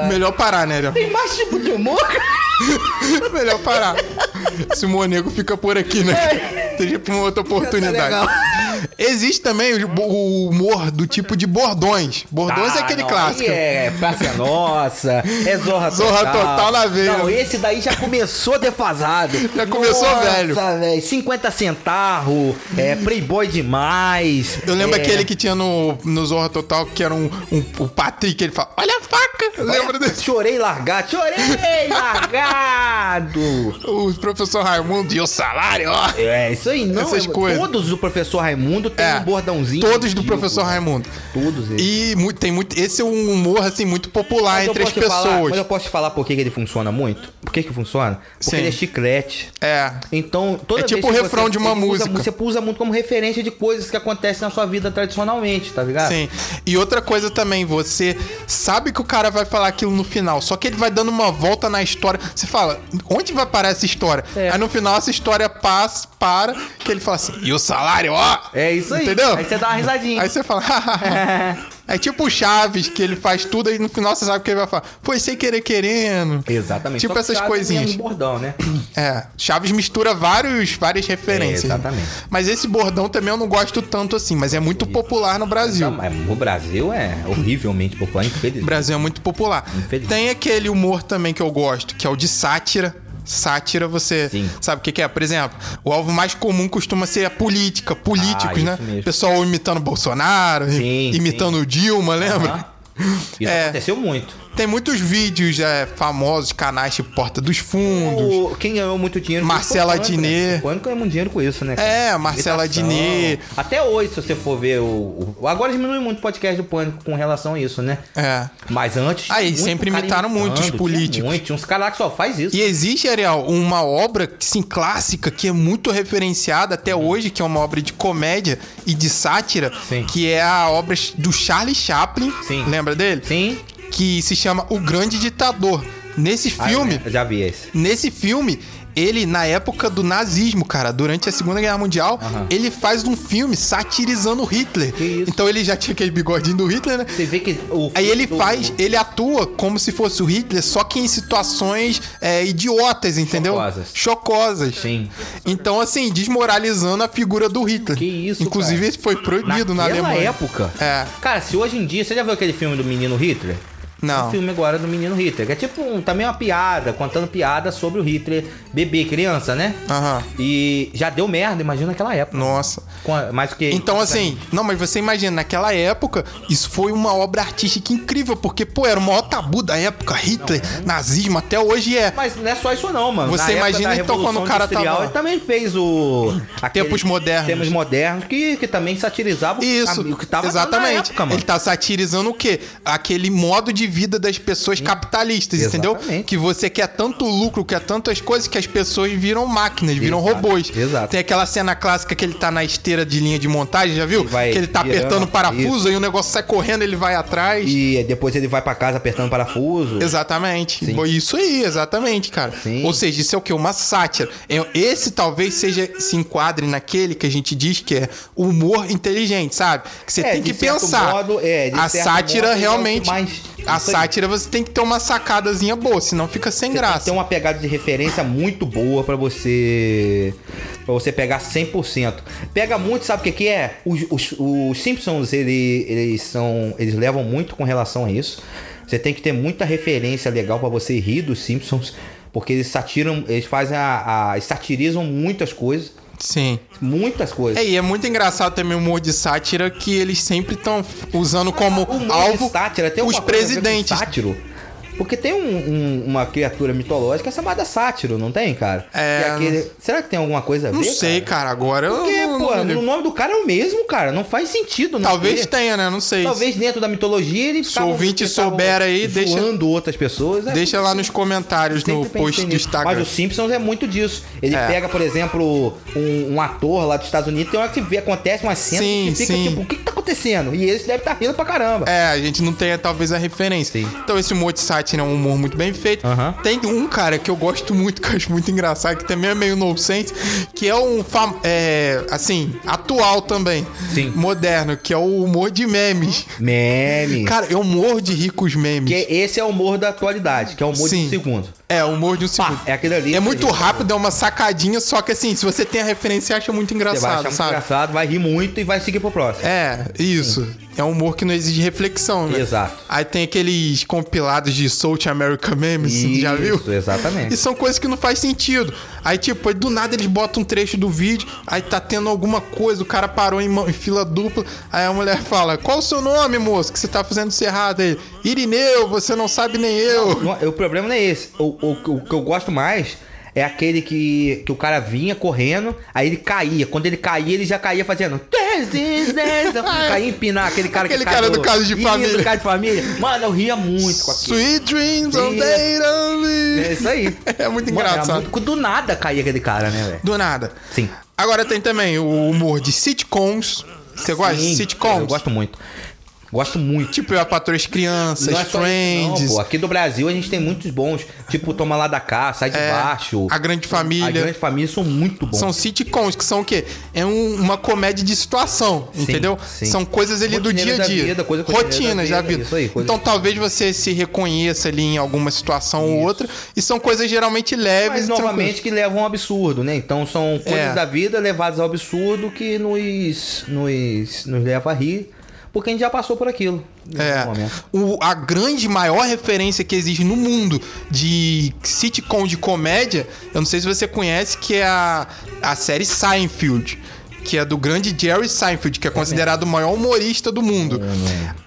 [SPEAKER 2] Melhor parar, né, Léo?
[SPEAKER 1] Tem mais tipo de humor, cara?
[SPEAKER 2] É Melhor parar. Esse monego fica por aqui, né? Seja pra uma outra oportunidade.
[SPEAKER 1] É. legal.
[SPEAKER 2] Existe também o, bo- o humor do tipo de bordões. Bordões é
[SPEAKER 1] Ah,
[SPEAKER 2] aquele
[SPEAKER 1] não,
[SPEAKER 2] clássico.
[SPEAKER 1] aí É, Praça é Nossa, é Zorra Total.
[SPEAKER 2] (laughs) Zorra Total na veia.
[SPEAKER 1] Não, esse daí já começou defasado.
[SPEAKER 2] (laughs) Já começou velho.
[SPEAKER 1] Nossa, velho. 50 centavo, é Playboy demais.
[SPEAKER 2] Eu lembro
[SPEAKER 1] é,
[SPEAKER 2] aquele que tinha no, no Zorra Total, que era um, um- o Patrick, ele fala, olha a faca! Lembra desse?
[SPEAKER 1] Chorei largado,
[SPEAKER 2] (laughs)
[SPEAKER 1] chorei largado.
[SPEAKER 2] O professor Raimundo e o salário, ó!
[SPEAKER 1] É, isso aí não.
[SPEAKER 2] Essas
[SPEAKER 1] é-
[SPEAKER 2] coisas.
[SPEAKER 1] Todos do professor Raimundo tem
[SPEAKER 2] É,
[SPEAKER 1] um bordãozinho.
[SPEAKER 2] Todos do
[SPEAKER 1] ridículo,
[SPEAKER 2] professor
[SPEAKER 1] né?
[SPEAKER 2] Raimundo.
[SPEAKER 1] Todos eles.
[SPEAKER 2] E muito, tem muito. Esse é um humor, assim, muito popular
[SPEAKER 1] Mas eu
[SPEAKER 2] entre as
[SPEAKER 1] posso te falar-
[SPEAKER 2] pessoas.
[SPEAKER 1] mas eu posso te falar por que que ele funciona muito? Por que que funciona? Porque
[SPEAKER 2] Sim.
[SPEAKER 1] ele é chiclete.
[SPEAKER 2] É.
[SPEAKER 1] Então, toda
[SPEAKER 2] É tipo
[SPEAKER 1] vez
[SPEAKER 2] o
[SPEAKER 1] que
[SPEAKER 2] refrão
[SPEAKER 1] você-
[SPEAKER 2] de uma
[SPEAKER 1] ele usa
[SPEAKER 2] música.
[SPEAKER 1] mu- Você usa muito como referência de coisas que acontecem na sua vida tradicionalmente, tá (laughs) ligado?
[SPEAKER 2] Sim. E outra coisa também, você sabe que o cara vai falar aquilo no final, só que ele vai dando uma volta na história. Você fala, onde vai parar essa história?
[SPEAKER 1] É.
[SPEAKER 2] Aí no final essa história passa, para, que ele fala assim, e o salário, ó!
[SPEAKER 1] É isso aí.
[SPEAKER 2] Entendeu?
[SPEAKER 1] Aí você dá uma risadinha.
[SPEAKER 2] Aí você fala, (laughs) é tipo o Chaves, que ele faz tudo aí no final você sabe o que ele vai falar. Foi sem querer querendo.
[SPEAKER 1] Exatamente.
[SPEAKER 2] Tipo
[SPEAKER 1] Só que
[SPEAKER 2] essas
[SPEAKER 1] Chaves
[SPEAKER 2] coisinhas.
[SPEAKER 1] é um bordão, né?
[SPEAKER 2] É, Chaves mistura vários, várias referências.
[SPEAKER 1] É, exatamente.
[SPEAKER 2] né? Mas esse bordão também eu não gosto tanto assim, mas é muito popular no Brasil.
[SPEAKER 1] Tá, O Brasil é horrivelmente popular,
[SPEAKER 2] O
[SPEAKER 1] infelizmente.
[SPEAKER 2] Brasil é muito popular.
[SPEAKER 1] Infelizmente.
[SPEAKER 2] Tem aquele humor também que eu gosto, que é o de sátira. Sátira, você
[SPEAKER 1] Sim.
[SPEAKER 2] sabe o que, que é? Por exemplo, o alvo mais comum costuma ser a política, políticos,
[SPEAKER 1] Ah, isso
[SPEAKER 2] né?
[SPEAKER 1] mesmo.
[SPEAKER 2] Pessoal imitando Bolsonaro,
[SPEAKER 1] Sim,
[SPEAKER 2] imitando o Dilma, lembra? (laughs)
[SPEAKER 1] Aham. Tá? Isso
[SPEAKER 2] É.
[SPEAKER 1] aconteceu muito.
[SPEAKER 2] Tem muitos vídeos é, famosos, canais tipo Porta dos Fundos.
[SPEAKER 1] O- quem ganhou muito dinheiro com
[SPEAKER 2] Marcela
[SPEAKER 1] isso foi o Pânico,
[SPEAKER 2] Diné.
[SPEAKER 1] né? O Pânico ganhou muito dinheiro com isso, né? cara?
[SPEAKER 2] É, Marcela
[SPEAKER 1] Imitação.
[SPEAKER 2] Diné.
[SPEAKER 1] Até hoje, se você for ver o, o- Agora diminui muito o podcast do Pânico com relação a isso, né?
[SPEAKER 2] É.
[SPEAKER 1] Mas antes.
[SPEAKER 2] Aí,
[SPEAKER 1] muito
[SPEAKER 2] sempre
[SPEAKER 1] cara
[SPEAKER 2] imitaram muito os
[SPEAKER 1] imitando, tinha
[SPEAKER 2] políticos.
[SPEAKER 1] Muito, tinha uns caras lá que só faz isso.
[SPEAKER 2] E existe, Ariel, uma obra, que, sim, clássica, que é muito referenciada até hoje, que é uma obra de comédia e de sátira,
[SPEAKER 1] Uhum. Sim.
[SPEAKER 2] que é a obra do Charlie Chaplin.
[SPEAKER 1] Sim.
[SPEAKER 2] Lembra dele?
[SPEAKER 1] Sim.
[SPEAKER 2] Que se chama O Grande Ditador. Nesse
[SPEAKER 1] Ah,
[SPEAKER 2] filme,
[SPEAKER 1] eu já vi esse.
[SPEAKER 2] nesse filme, ele, na época do nazismo, cara, durante a Segunda Guerra Mundial,
[SPEAKER 1] Aham.
[SPEAKER 2] ele faz um filme satirizando o Hitler.
[SPEAKER 1] Que isso?
[SPEAKER 2] Então ele já tinha aquele bigodinho do Hitler, né?
[SPEAKER 1] Você vê que o.
[SPEAKER 2] Aí ele
[SPEAKER 1] o-
[SPEAKER 2] faz, ele atua como se fosse o Hitler, só que em situações é, idiotas, entendeu?
[SPEAKER 1] Chocosas.
[SPEAKER 2] Chocosas.
[SPEAKER 1] Sim.
[SPEAKER 2] Então, assim, desmoralizando a figura do Hitler.
[SPEAKER 1] Que isso,
[SPEAKER 2] Inclusive,
[SPEAKER 1] cara.
[SPEAKER 2] isso foi proibido na
[SPEAKER 1] Naquela
[SPEAKER 2] Alemanha.
[SPEAKER 1] época.
[SPEAKER 2] É.
[SPEAKER 1] Cara, se hoje em dia. Você já viu aquele filme do menino Hitler?
[SPEAKER 2] Não.
[SPEAKER 1] Um filme agora do menino Hitler. Que é tipo um- também uma piada, contando piada sobre o Hitler bebê, criança, né?
[SPEAKER 2] Aham.
[SPEAKER 1] E já deu merda, imagina naquela época.
[SPEAKER 2] Nossa.
[SPEAKER 1] Com a- mas que.
[SPEAKER 2] Então, assim, não, mas você imagina, naquela época, isso foi uma obra artística incrível, porque, pô, era o maior tabu da época, Hitler,
[SPEAKER 1] é.
[SPEAKER 2] nazismo, até hoje é.
[SPEAKER 1] Mas não é só isso não, mano.
[SPEAKER 2] Você
[SPEAKER 1] época
[SPEAKER 2] imagina,
[SPEAKER 1] da
[SPEAKER 2] então, quando
[SPEAKER 1] Revolução
[SPEAKER 2] o cara
[SPEAKER 1] Industrial,
[SPEAKER 2] tava-
[SPEAKER 1] Ele também fez o...
[SPEAKER 2] Tempos modernos.
[SPEAKER 1] Tempos modernos, que, que também satirizava o-
[SPEAKER 2] Isso,
[SPEAKER 1] o que tava
[SPEAKER 2] exatamente.
[SPEAKER 1] na época, mano.
[SPEAKER 2] Ele tá satirizando o quê? Aquele modo de vida das pessoas capitalistas, entendeu?
[SPEAKER 1] Exatamente.
[SPEAKER 2] Que você quer tanto lucro, quer tantas coisas que as pessoas viram máquinas, viram
[SPEAKER 1] Exato,
[SPEAKER 2] robôs.
[SPEAKER 1] exato.
[SPEAKER 2] Tem aquela cena clássica que ele tá na esteira de linha de montagem, já viu?
[SPEAKER 1] E vai
[SPEAKER 2] que ele tá
[SPEAKER 1] girando,
[SPEAKER 2] apertando o parafuso
[SPEAKER 1] isso.
[SPEAKER 2] e o negócio sai correndo, ele vai atrás.
[SPEAKER 1] E depois ele vai pra casa apertando parafuso.
[SPEAKER 2] Exatamente. Foi Isso aí, exatamente, cara.
[SPEAKER 1] Sim.
[SPEAKER 2] Ou seja, isso é o quê? Uma sátira. É, Esse talvez seja se enquadre naquele que a gente diz que é humor inteligente, sabe? Que você
[SPEAKER 1] É,
[SPEAKER 2] tem
[SPEAKER 1] de
[SPEAKER 2] que
[SPEAKER 1] certo
[SPEAKER 2] pensar.
[SPEAKER 1] modo, é, de
[SPEAKER 2] a
[SPEAKER 1] certo
[SPEAKER 2] sátira
[SPEAKER 1] modo, é o que
[SPEAKER 2] realmente.
[SPEAKER 1] mais-
[SPEAKER 2] A
[SPEAKER 1] Isso aí.
[SPEAKER 2] sátira você tem que ter uma sacadazinha boa, senão fica sem graça.
[SPEAKER 1] Tem um uma pegada de referência muito boa pra você. para você pegar 100%. Pega muito, sabe o que, que é? Os, os- os Simpsons, ele- eles são. Eles levam muito com relação a isso. Você tem que ter muita referência legal pra você rir dos Simpsons. Porque eles satiram. Eles fazem a. a- eles satirizam muitas coisas.
[SPEAKER 2] Sim.
[SPEAKER 1] Muitas coisas.
[SPEAKER 2] É, e é muito engraçado também o humor de sátira que eles sempre estão usando como
[SPEAKER 1] Ah, O humor de
[SPEAKER 2] alvo
[SPEAKER 1] sátira tem
[SPEAKER 2] os
[SPEAKER 1] alguma coisa a ver com
[SPEAKER 2] presidentes.
[SPEAKER 1] Sátiro. Porque tem um- um- uma criatura mitológica chamada sátiro, não tem, cara?
[SPEAKER 2] É,
[SPEAKER 1] Que aquele- Será que tem alguma coisa a ver?
[SPEAKER 2] Não sei, cara. Agora eu
[SPEAKER 1] Porque,
[SPEAKER 2] não-
[SPEAKER 1] pô,
[SPEAKER 2] não
[SPEAKER 1] o
[SPEAKER 2] ligo.
[SPEAKER 1] nome do cara é o mesmo, cara. Não faz sentido, não
[SPEAKER 2] Talvez
[SPEAKER 1] ter.
[SPEAKER 2] tenha, né? Não sei.
[SPEAKER 1] Talvez dentro da mitologia ele
[SPEAKER 2] Se o ouvinte souber aí, deixa-
[SPEAKER 1] zoando outras pessoas. é,
[SPEAKER 2] Deixa lá nos comentários
[SPEAKER 1] sempre
[SPEAKER 2] no
[SPEAKER 1] pensei
[SPEAKER 2] post do
[SPEAKER 1] nisso. Mas
[SPEAKER 2] Instagram.
[SPEAKER 1] o Simpsons é muito disso. Ele
[SPEAKER 2] É.
[SPEAKER 1] pega, por exemplo, um, um ator lá dos Estados Unidos, tem hora que vê, acontece uma cena
[SPEAKER 2] Sim,
[SPEAKER 1] que fica
[SPEAKER 2] sim.
[SPEAKER 1] tipo, o que, que tá acontecendo? E eles devem estar rindo pra caramba.
[SPEAKER 2] É, a gente não tem talvez a referência.
[SPEAKER 1] Sim.
[SPEAKER 2] Então esse humor de sátira é um humor muito bem feito.
[SPEAKER 1] Aham.
[SPEAKER 2] Tem um cara que eu gosto muito, (laughs) que eu acho muito engraçado, que também é meio nonsense, que é um fam- é, assim, atual também.
[SPEAKER 1] Sim.
[SPEAKER 2] Moderno, que é o humor de memes.
[SPEAKER 1] Meme.
[SPEAKER 2] Cara, eu morro de ricos memes.
[SPEAKER 1] Porque esse é o humor da atualidade, que é o humor de
[SPEAKER 2] Sim.
[SPEAKER 1] um segundo.
[SPEAKER 2] É, o humor de um segundo.
[SPEAKER 1] Pá, é aquele ali.
[SPEAKER 2] É muito rápido, é uma sacadinha, só que assim, se você tem a referência, acha muito
[SPEAKER 1] Você vai achar
[SPEAKER 2] engraçado,
[SPEAKER 1] muito
[SPEAKER 2] sabe?
[SPEAKER 1] engraçado, vai rir muito e vai seguir pro próximo.
[SPEAKER 2] É, isso. É um humor que não exige reflexão, né?
[SPEAKER 1] Exato.
[SPEAKER 2] Aí tem aqueles compilados de South America Memes, É, já viu?
[SPEAKER 1] Isso, é. exatamente.
[SPEAKER 2] E são coisas que não faz sentido. Aí, tipo, aí do nada eles botam um trecho do vídeo, aí tá tendo alguma coisa, o cara parou em, mão- em fila dupla, aí a mulher fala, qual o seu nome, moço, que você tá fazendo isso errado aí? Irineu, você não sabe nem eu.
[SPEAKER 1] Não, O problema não é esse. O, o, o que eu gosto mais é aquele que, que o cara vinha correndo, aí ele caía. Quando ele caía, ele já caía fazendo. "This is
[SPEAKER 2] (laughs)
[SPEAKER 1] this", caía empinar aquele cara
[SPEAKER 2] Aquele
[SPEAKER 1] que cai
[SPEAKER 2] cara do Caso de
[SPEAKER 1] Isso,
[SPEAKER 2] Família.
[SPEAKER 1] do caso de família. Mano, eu ria muito com aquilo.
[SPEAKER 2] Sweet dreams all
[SPEAKER 1] Isso.
[SPEAKER 2] day lonely.
[SPEAKER 1] É isso aí.
[SPEAKER 2] (laughs) É muito
[SPEAKER 1] Mano, era
[SPEAKER 2] engraçado.
[SPEAKER 1] muito- do nada caía aquele cara, né, velho?
[SPEAKER 2] Do nada.
[SPEAKER 1] Sim.
[SPEAKER 2] Agora tem também o humor de sitcoms. Você gosta de
[SPEAKER 1] Sim,
[SPEAKER 2] sitcoms?
[SPEAKER 1] Eu gosto muito. Gosto muito.
[SPEAKER 2] Tipo, eu a patroa as crianças,
[SPEAKER 1] Não é só isso,
[SPEAKER 2] Friends.
[SPEAKER 1] não, pô. Aqui do Brasil a gente tem muitos bons. Tipo, Toma Lá da Cá, Sai de
[SPEAKER 2] é,
[SPEAKER 1] Baixo.
[SPEAKER 2] A Grande Família.
[SPEAKER 1] A Grande Família são muito bons.
[SPEAKER 2] São sitcoms, que são o quê? É um- uma comédia de situação,
[SPEAKER 1] Sim,
[SPEAKER 2] entendeu?
[SPEAKER 1] sim.
[SPEAKER 2] São coisas ali do
[SPEAKER 1] Rotineira
[SPEAKER 2] dia a
[SPEAKER 1] da
[SPEAKER 2] dia.
[SPEAKER 1] vida, coisa rotineira
[SPEAKER 2] Rotinas
[SPEAKER 1] da
[SPEAKER 2] da
[SPEAKER 1] vida,
[SPEAKER 2] vida.
[SPEAKER 1] isso aí, coisa-
[SPEAKER 2] Então talvez você se reconheça ali em alguma situação ou outra. E são coisas geralmente leves
[SPEAKER 1] Mas
[SPEAKER 2] e tranquilas.
[SPEAKER 1] novamente que levam ao absurdo, né? Então são coisas
[SPEAKER 2] É.
[SPEAKER 1] da vida levadas ao absurdo que nos, nos, nos leva a rir, porque a gente já passou por aquilo. em
[SPEAKER 2] É.
[SPEAKER 1] algum momento.
[SPEAKER 2] O- a grande maior referência que existe no mundo de sitcom de comédia, eu não sei se você conhece, que é a, a série Seinfeld. Que é do grande Jerry Seinfeld, que é considerado o maior humorista do mundo.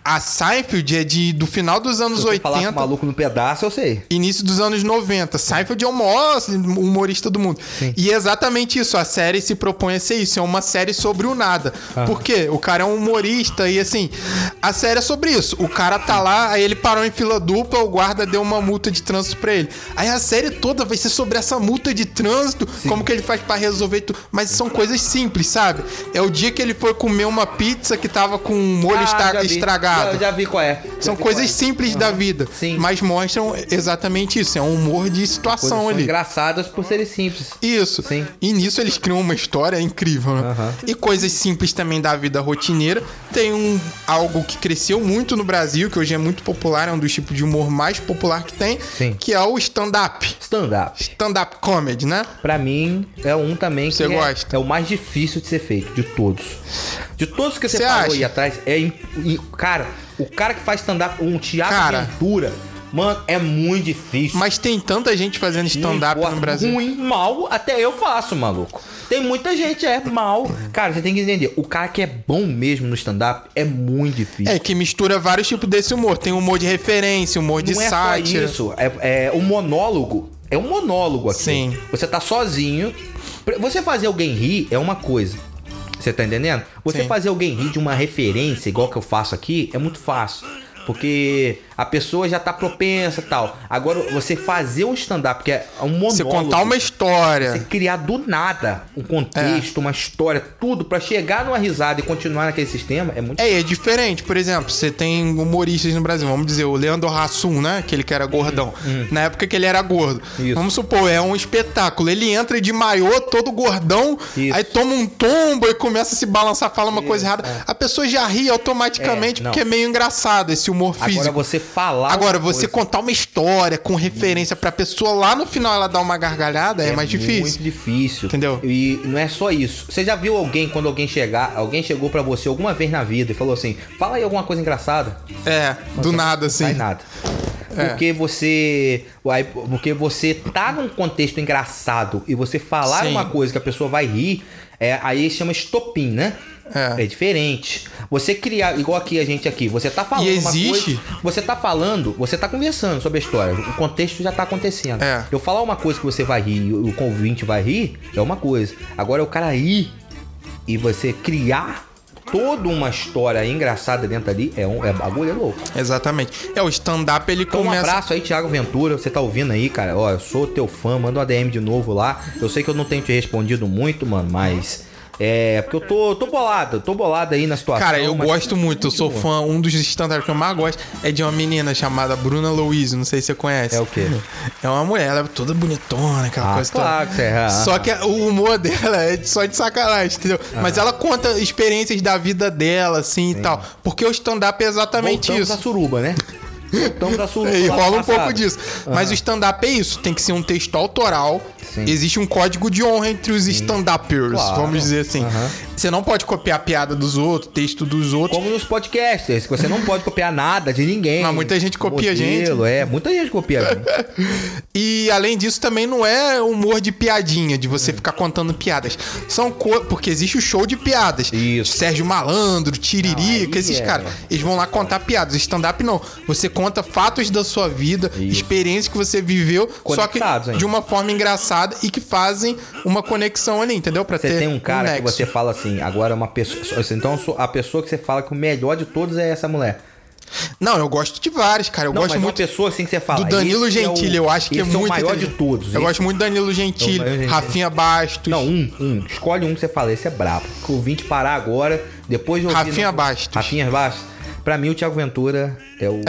[SPEAKER 2] A Seinfeld é de, do final dos anos
[SPEAKER 1] É Se eu falar com
[SPEAKER 2] 80
[SPEAKER 1] o maluco no pedaço, eu sei.
[SPEAKER 2] início dos anos 90. Seinfeld é o maior humorista do mundo. E é exatamente isso. A série se propõe a ser isso. É uma série sobre o nada. Por quê? O cara é um humorista e assim. A série é sobre isso. O cara tá lá, aí ele parou em fila dupla, o guarda deu uma multa de trânsito pra ele. Aí a série toda vai ser sobre essa multa de trânsito, como que ele faz pra resolver tudo. Mas são coisas simples, sabe? É o dia que ele foi comer uma pizza que tava com um molho
[SPEAKER 1] Ah,
[SPEAKER 2] estra-
[SPEAKER 1] já vi.
[SPEAKER 2] estragado.
[SPEAKER 1] Já, já vi qual é. Já
[SPEAKER 2] São
[SPEAKER 1] vi
[SPEAKER 2] coisas
[SPEAKER 1] qual
[SPEAKER 2] simples da vida,
[SPEAKER 1] Sim.
[SPEAKER 2] mas mostram exatamente isso. É um humor de
[SPEAKER 1] é.
[SPEAKER 2] situação
[SPEAKER 1] Coisas são
[SPEAKER 2] ali.
[SPEAKER 1] engraçadas por serem simples.
[SPEAKER 2] Isso.
[SPEAKER 1] Sim.
[SPEAKER 2] E nisso eles criam uma história incrível, né?
[SPEAKER 1] Aham.
[SPEAKER 2] E coisas simples também da vida rotineira. Tem um algo que cresceu muito no Brasil, que hoje é muito popular, é um dos tipos de humor mais popular que tem,
[SPEAKER 1] Sim.
[SPEAKER 2] que é o stand-up.
[SPEAKER 1] Stand-up.
[SPEAKER 2] Stand-up comedy, né?
[SPEAKER 1] Pra mim, é um também que
[SPEAKER 2] Você
[SPEAKER 1] é,
[SPEAKER 2] gosta?
[SPEAKER 1] é o mais difícil de ser feito, de todos. De todos que você
[SPEAKER 2] Você
[SPEAKER 1] falou
[SPEAKER 2] acha?
[SPEAKER 1] aí atrás, é. im- im- Cara, o cara que faz stand-up, um Thiago
[SPEAKER 2] Cara.
[SPEAKER 1] Ventura, mano, é muito difícil.
[SPEAKER 2] Mas tem tanta gente fazendo
[SPEAKER 1] Não
[SPEAKER 2] stand-up
[SPEAKER 1] importa,
[SPEAKER 2] no Brasil.
[SPEAKER 1] Ruim, mal, até eu faço, maluco. Tem muita gente, é mal. Cara, você tem que entender, o cara que é bom mesmo no stand-up é muito difícil.
[SPEAKER 2] É, que mistura vários tipos desse humor. Tem humor de referência, humor de
[SPEAKER 1] Não é
[SPEAKER 2] sátira.
[SPEAKER 1] só isso. É, é um monólogo. É um monólogo aqui.
[SPEAKER 2] Sim.
[SPEAKER 1] Você tá sozinho. Pra- Você fazer alguém rir é uma coisa. Você tá entendendo? Você
[SPEAKER 2] Sim.
[SPEAKER 1] fazer alguém rir de uma referência, igual que eu faço aqui, é muito fácil. Porque a pessoa já tá propensa e tal. Agora, você fazer um stand-up, que é um monólogo.
[SPEAKER 2] Você contar uma
[SPEAKER 1] Você
[SPEAKER 2] história.
[SPEAKER 1] criar do nada um
[SPEAKER 2] É.
[SPEAKER 1] contexto, uma história, tudo, pra chegar numa risada e continuar naquele sistema, é muito.
[SPEAKER 2] É, e é diferente. Por exemplo, você tem humoristas no Brasil. Vamos dizer, o Leandro Hassum, né? Aquele que era gordão. Na época que ele era gordo.
[SPEAKER 1] Uhum, Isso.
[SPEAKER 2] Vamos supor, é um espetáculo. Ele entra de maiô, todo gordão.
[SPEAKER 1] Isso.
[SPEAKER 2] Aí toma um tombo e começa a se balançar, fala uma coisa errada. A pessoa já ri automaticamente
[SPEAKER 1] É, não.
[SPEAKER 2] porque é meio engraçado esse humor É físico.
[SPEAKER 1] Agora você falar.
[SPEAKER 2] Agora,
[SPEAKER 1] uma coisa
[SPEAKER 2] você
[SPEAKER 1] Uhum.
[SPEAKER 2] contar uma história com referência pra pessoa lá no final ela dar uma gargalhada é, mais difícil.
[SPEAKER 1] Muito difícil.
[SPEAKER 2] Entendeu?
[SPEAKER 1] E não é só isso. Você já viu alguém, quando alguém chegar, alguém chegou pra você alguma vez na vida e falou assim: fala aí alguma coisa engraçada?
[SPEAKER 2] É, do nada, assim.
[SPEAKER 1] Sai nada.
[SPEAKER 2] É.
[SPEAKER 1] Porque você. aí, Porque você tá num contexto engraçado e você falar
[SPEAKER 2] Sim.
[SPEAKER 1] uma coisa que a pessoa vai rir, é, aí chama estopim, né?
[SPEAKER 2] É.
[SPEAKER 1] diferente. Você criar, igual aqui a gente aqui, você tá falando
[SPEAKER 2] E
[SPEAKER 1] uma
[SPEAKER 2] existe-
[SPEAKER 1] coisa, você tá falando, você tá conversando sobre a história, o contexto já tá acontecendo.
[SPEAKER 2] É.
[SPEAKER 1] Eu falar uma coisa que você vai rir e o convite vai rir, é uma coisa. Agora é o cara ir e você criar toda uma história engraçada dentro ali, é um é bagulho é louco.
[SPEAKER 2] Exatamente. É, o stand-up ele
[SPEAKER 1] Então, um
[SPEAKER 2] começa.
[SPEAKER 1] abraço aí, Thiago Ventura. Você tá ouvindo aí, cara? Ó, eu sou teu fã, manda um uma DM de novo lá. Eu sei que eu não tenho te respondido muito, mano, mas. É, porque eu tô, tô bolado, tô bolado aí na situação.
[SPEAKER 2] Cara, eu
[SPEAKER 1] mas-
[SPEAKER 2] gosto muito, eu sou fã. Um dos stand-up que eu mais gosto é de uma menina chamada Bruna Louise, não sei se você conhece.
[SPEAKER 1] É o quê?
[SPEAKER 2] É uma mulher, ela é toda bonitona, aquela
[SPEAKER 1] Ah,
[SPEAKER 2] coisa
[SPEAKER 1] claro que
[SPEAKER 2] toda.
[SPEAKER 1] você é.
[SPEAKER 2] Só que o humor dela é de- só de sacanagem, entendeu?
[SPEAKER 1] Ah.
[SPEAKER 2] Mas ela conta experiências da vida dela, assim e tal. Porque o stand-up é exatamente
[SPEAKER 1] Voltamos
[SPEAKER 2] isso.
[SPEAKER 1] à suruba, né? Voltamos à suruba.
[SPEAKER 2] É, E
[SPEAKER 1] lá
[SPEAKER 2] rola um
[SPEAKER 1] passado.
[SPEAKER 2] pouco disso. Mas o stand-up é isso. Tem que ser um texto autoral.
[SPEAKER 1] Sim.
[SPEAKER 2] Existe um código de honra entre os stand-uppers,
[SPEAKER 1] Claro.
[SPEAKER 2] vamos dizer assim.
[SPEAKER 1] Aham.
[SPEAKER 2] Você não pode copiar a piada dos outros, texto dos outros.
[SPEAKER 1] Como nos podcasters, que você não pode copiar nada de ninguém.
[SPEAKER 2] Mas muita gente copia a gente.
[SPEAKER 1] Modelo, É, muita gente
[SPEAKER 2] (laughs)
[SPEAKER 1] copia a gente.
[SPEAKER 2] E além disso, também não é humor de piadinha, de
[SPEAKER 1] É.
[SPEAKER 2] você ficar contando piadas. São co... Porque existe o show de piadas.
[SPEAKER 1] Isso.
[SPEAKER 2] Sérgio Malandro, Tiririca,
[SPEAKER 1] Não, aí
[SPEAKER 2] esses
[SPEAKER 1] é.
[SPEAKER 2] caras. Eles vão lá contar piadas. Stand-up não. Você conta fatos da sua vida,
[SPEAKER 1] Isso.
[SPEAKER 2] experiências que você viveu, só
[SPEAKER 1] Conectados
[SPEAKER 2] que
[SPEAKER 1] ainda.
[SPEAKER 2] de uma forma engraçada e que fazem uma conexão ali, entendeu? Pra
[SPEAKER 1] Você tem um cara que
[SPEAKER 2] nexo.
[SPEAKER 1] você fala assim, agora é uma pessoa. Então a pessoa que você fala que o melhor de todos é essa mulher.
[SPEAKER 2] Não, eu gosto de vários, cara. Eu
[SPEAKER 1] Não,
[SPEAKER 2] gosto
[SPEAKER 1] mas
[SPEAKER 2] muito
[SPEAKER 1] uma pessoa assim que você fala.
[SPEAKER 2] do Danilo
[SPEAKER 1] "Esse é o-
[SPEAKER 2] Gentili. eu acho que é
[SPEAKER 1] esse
[SPEAKER 2] muito.
[SPEAKER 1] o maior de
[SPEAKER 2] inteligente.
[SPEAKER 1] todos.
[SPEAKER 2] Eu
[SPEAKER 1] esse-
[SPEAKER 2] gosto muito do Danilo Gentili,
[SPEAKER 1] maior Gentili.
[SPEAKER 2] Rafinha Bastos.
[SPEAKER 1] Não, um, um. Escolhe um que você fala, esse é brabo. Que o ouvinte parar agora, depois de ouvir...
[SPEAKER 2] Rafinha Bastos.
[SPEAKER 1] Rafinha Bastos. Pra mim, o Thiago Ventura é o...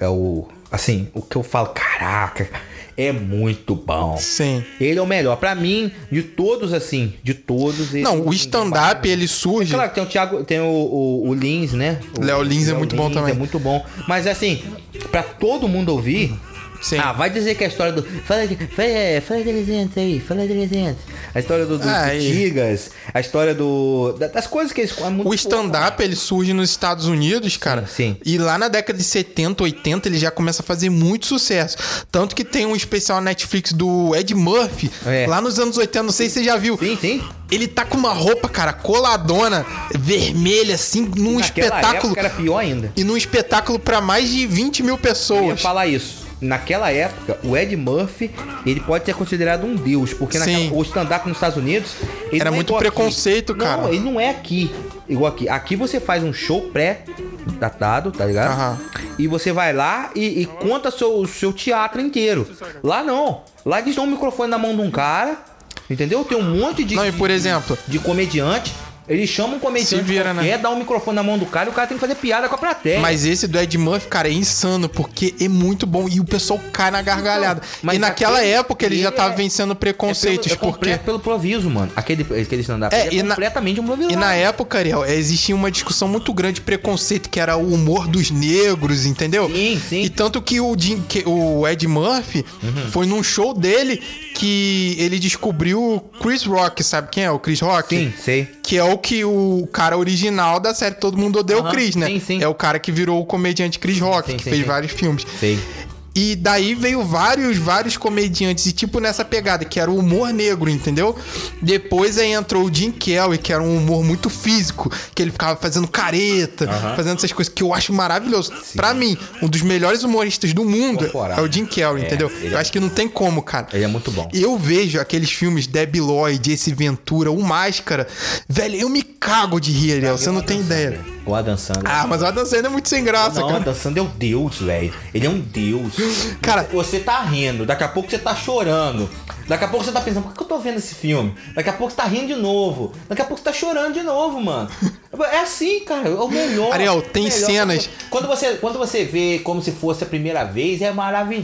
[SPEAKER 2] É.
[SPEAKER 1] o... Assim, o que eu falo, caraca, é muito bom.
[SPEAKER 2] Sim.
[SPEAKER 1] Ele é o melhor. Pra mim, de todos, assim, de todos... esse-
[SPEAKER 2] Não, o stand-up ele surge.
[SPEAKER 1] Claro que tem o Thiago, tem o, o, o Lins, né? O
[SPEAKER 2] Léo Lins é muito bom também.
[SPEAKER 1] É muito bom. Mas assim, pra todo mundo ouvir.
[SPEAKER 2] Sim.
[SPEAKER 1] Ah, vai dizer que a história do. Fala, de- fala, é, fala de 300 aí, fala de 300. A história do, do,
[SPEAKER 2] Ah,
[SPEAKER 1] do
[SPEAKER 2] e-
[SPEAKER 1] Tigas, a história do. da- Das coisas que eles. É muito
[SPEAKER 2] O stand-up ele surge nos Estados Unidos, cara.
[SPEAKER 1] sim.
[SPEAKER 2] E lá na década de 70, 80 ele já começa a fazer muito sucesso. Tanto que tem um especial na Netflix do Ed Murphy,
[SPEAKER 1] É.
[SPEAKER 2] lá nos anos 80, não sei se você já viu.
[SPEAKER 1] Sim, sim.
[SPEAKER 2] Ele tá com uma roupa, cara, coladona, vermelha, assim, num
[SPEAKER 1] Naquela
[SPEAKER 2] espetáculo.
[SPEAKER 1] época era pior ainda.
[SPEAKER 2] E num espetáculo pra mais de 20 mil
[SPEAKER 1] Eu ia
[SPEAKER 2] pessoas.
[SPEAKER 1] falar isso. Naquela época, o Ed Murphy, ele pode ser considerado um deus, porque naquela-
[SPEAKER 2] Sim.
[SPEAKER 1] o stand-up nos Estados Unidos... ele
[SPEAKER 2] Era
[SPEAKER 1] não é
[SPEAKER 2] muito
[SPEAKER 1] igual aqui.
[SPEAKER 2] preconceito, cara.
[SPEAKER 1] Não, ele não é aqui, igual aqui. Aqui você faz um show pré-datado, tá ligado?
[SPEAKER 2] Aham.
[SPEAKER 1] E você vai lá e, e conta seu, o seu teatro inteiro. Lá não. Lá eles dão um microfone na mão de um cara, entendeu? Tem um monte de...
[SPEAKER 2] Não, e por exemplo,
[SPEAKER 1] de comediante. Eles chamam um comediante
[SPEAKER 2] Se vira,
[SPEAKER 1] qualquer,
[SPEAKER 2] né?
[SPEAKER 1] dá um microfone na mão do cara e o cara tem que fazer piada com a plateia.
[SPEAKER 2] Mas esse do Ed Murphy, cara, é insano, porque é muito bom e o pessoal cai na gargalhada.
[SPEAKER 1] mas
[SPEAKER 2] e naquela
[SPEAKER 1] aquele-
[SPEAKER 2] época ele já
[SPEAKER 1] ele
[SPEAKER 2] tava
[SPEAKER 1] é-
[SPEAKER 2] vencendo preconceitos,
[SPEAKER 1] é pelo, é
[SPEAKER 2] porque.
[SPEAKER 1] completo pelo improviso, mano. Aquele, aquele stand-up
[SPEAKER 2] É,
[SPEAKER 1] ele é,
[SPEAKER 2] e na-
[SPEAKER 1] completamente um improviso.
[SPEAKER 2] E na época, Ariel, eh, existia uma discussão muito grande de preconceito, que era o humor dos negros, entendeu?
[SPEAKER 1] Sim, sim. Uhum.
[SPEAKER 2] E tanto que o, Jim- que o Ed Murphy foi num show dele que ele descobriu o Chris Rock, sabe quem é o Chris Rock?
[SPEAKER 1] Sim, sei.
[SPEAKER 2] Que é o que o cara original da série Todo Mundo Odeia o
[SPEAKER 1] Aham,
[SPEAKER 2] Chris, né?
[SPEAKER 1] sim, sim.
[SPEAKER 2] É o cara que virou o comediante Chris Rock,
[SPEAKER 1] sim,
[SPEAKER 2] que
[SPEAKER 1] sim,
[SPEAKER 2] fez
[SPEAKER 1] sim.
[SPEAKER 2] vários filmes.
[SPEAKER 1] Sei.
[SPEAKER 2] E daí veio vários, vários comediantes, e tipo nessa pegada, que era o humor negro, entendeu? Depois aí entrou o Jim Kelly, que era um humor muito físico, que ele ficava fazendo careta, fazendo essas coisas, que eu acho maravilhoso. Pra mim, um dos melhores humoristas do mundo
[SPEAKER 1] Corporal.
[SPEAKER 2] é o Jim Kelly,
[SPEAKER 1] É,
[SPEAKER 2] entendeu?
[SPEAKER 1] ele
[SPEAKER 2] Eu
[SPEAKER 1] é-
[SPEAKER 2] acho que não tem como, cara.
[SPEAKER 1] Ele é muito bom.
[SPEAKER 2] Eu vejo aqueles filmes Debbie Lloyd, Esse Ventura, O Máscara. Velho, eu me cago de rir, Ariel. Você não tem ideia.
[SPEAKER 1] O Adam Sandler.
[SPEAKER 2] Ah, mas o Adam Sandler é muito sem graça,
[SPEAKER 1] Não, o
[SPEAKER 2] cara.
[SPEAKER 1] Adam Sandler é um deus, velho. Ele é um deus.
[SPEAKER 2] (gasps) Cara-
[SPEAKER 1] você tá rindo, daqui a pouco você tá chorando. Daqui a pouco você tá pensando, por que eu tô vendo esse filme? Daqui a pouco você tá rindo de novo. Daqui a pouco você tá chorando de novo, mano. É assim, cara, é o melhor.
[SPEAKER 2] Ariel, tem
[SPEAKER 1] o melhor.
[SPEAKER 2] cenas-
[SPEAKER 1] Quando você, quando você vê como se fosse a primeira vez, é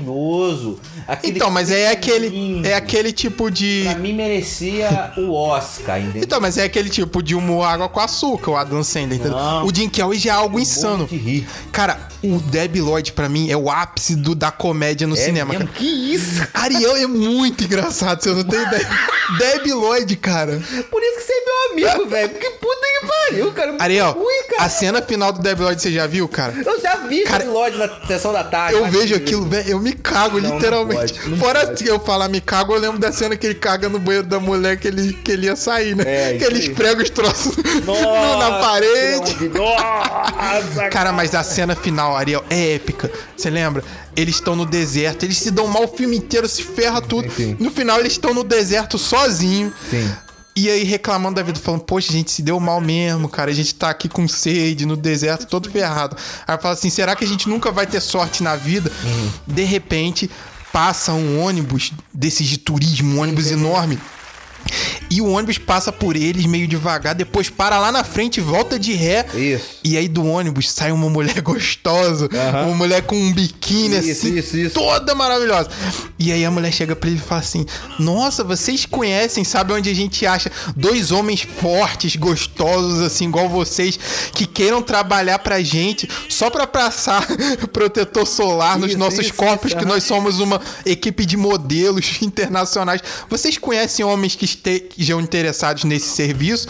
[SPEAKER 1] maravilhoso. Aquele
[SPEAKER 2] Então, mas é aquele,
[SPEAKER 1] lindo.
[SPEAKER 2] é aquele tipo de.
[SPEAKER 1] Pra mim merecia o Oscar, entendeu?
[SPEAKER 2] Então, mas é aquele tipo de humor água com açúcar, o Adam Sandler, entendeu?
[SPEAKER 1] Não. Um
[SPEAKER 2] O Jim Kelly já é algo
[SPEAKER 1] Morro
[SPEAKER 2] insano.
[SPEAKER 1] De rir.
[SPEAKER 2] Cara, o Debbie Lloyd, pra mim, é o ápice do, da comédia no
[SPEAKER 1] É
[SPEAKER 2] cinema,
[SPEAKER 1] mesmo?
[SPEAKER 2] cara.
[SPEAKER 1] Que isso?
[SPEAKER 2] Ariel é muito engraçado, você não tem ideia.
[SPEAKER 1] (laughs)
[SPEAKER 2] Debbie Lloyd, cara.
[SPEAKER 1] Por isso que você é meu amigo, velho. Que puta que pariu, cara. Muito
[SPEAKER 2] Ariel,
[SPEAKER 1] ruim, cara.
[SPEAKER 2] a cena final do Debbie Lloyd você já viu, cara?
[SPEAKER 1] Eu já vi
[SPEAKER 2] Cara,
[SPEAKER 1] cara, Lloyd na sessão da tarde.
[SPEAKER 2] Eu
[SPEAKER 1] mas-
[SPEAKER 2] vejo aquilo, velho, eu me cago,
[SPEAKER 1] Não, não
[SPEAKER 2] literalmente.
[SPEAKER 1] pode, não
[SPEAKER 2] Fora
[SPEAKER 1] pode.
[SPEAKER 2] eu falar me cago, eu lembro da cena que ele caga no banheiro da mulher que ele, que ele ia sair, né?
[SPEAKER 1] É,
[SPEAKER 2] que
[SPEAKER 1] isso
[SPEAKER 2] ele
[SPEAKER 1] aí.
[SPEAKER 2] esprega os troços
[SPEAKER 1] Nossa,
[SPEAKER 2] (laughs) na parede.
[SPEAKER 1] Nossa,
[SPEAKER 2] Cara, mas a cena final, Ariel, é épica. Você lembra? Eles estão no deserto, eles se dão mal o filme inteiro, se ferra tudo.
[SPEAKER 1] sim.
[SPEAKER 2] No final, eles estão no deserto sozinho.
[SPEAKER 1] Sim.
[SPEAKER 2] E aí reclamando da vida, falando, poxa, a gente se deu mal mesmo, cara. A gente tá aqui com sede no deserto, todo ferrado. Aí fala assim, será que a gente nunca vai ter sorte na vida?
[SPEAKER 1] Uhum.
[SPEAKER 2] De repente, passa um ônibus desses de turismo, um ônibus enorme. E o ônibus passa por eles meio devagar, depois para lá na frente, volta de ré.
[SPEAKER 1] Isso.
[SPEAKER 2] E aí do ônibus sai uma mulher (laughs) gostosa,
[SPEAKER 1] Aham.
[SPEAKER 2] uma mulher com um biquíni
[SPEAKER 1] Isso,
[SPEAKER 2] assim,
[SPEAKER 1] isso, isso.
[SPEAKER 2] toda maravilhosa. E aí a mulher chega pra ele e fala assim: "Nossa, vocês conhecem, sabe onde a gente acha dois homens fortes, gostosos assim igual vocês que queiram trabalhar pra gente, só pra passar (laughs) protetor solar nos
[SPEAKER 1] Isso,
[SPEAKER 2] nossos
[SPEAKER 1] isso,
[SPEAKER 2] corpos
[SPEAKER 1] isso,
[SPEAKER 2] que
[SPEAKER 1] aham.
[SPEAKER 2] nós somos uma equipe de modelos (laughs) internacionais. Vocês conhecem homens que estejam interessados nesse serviço?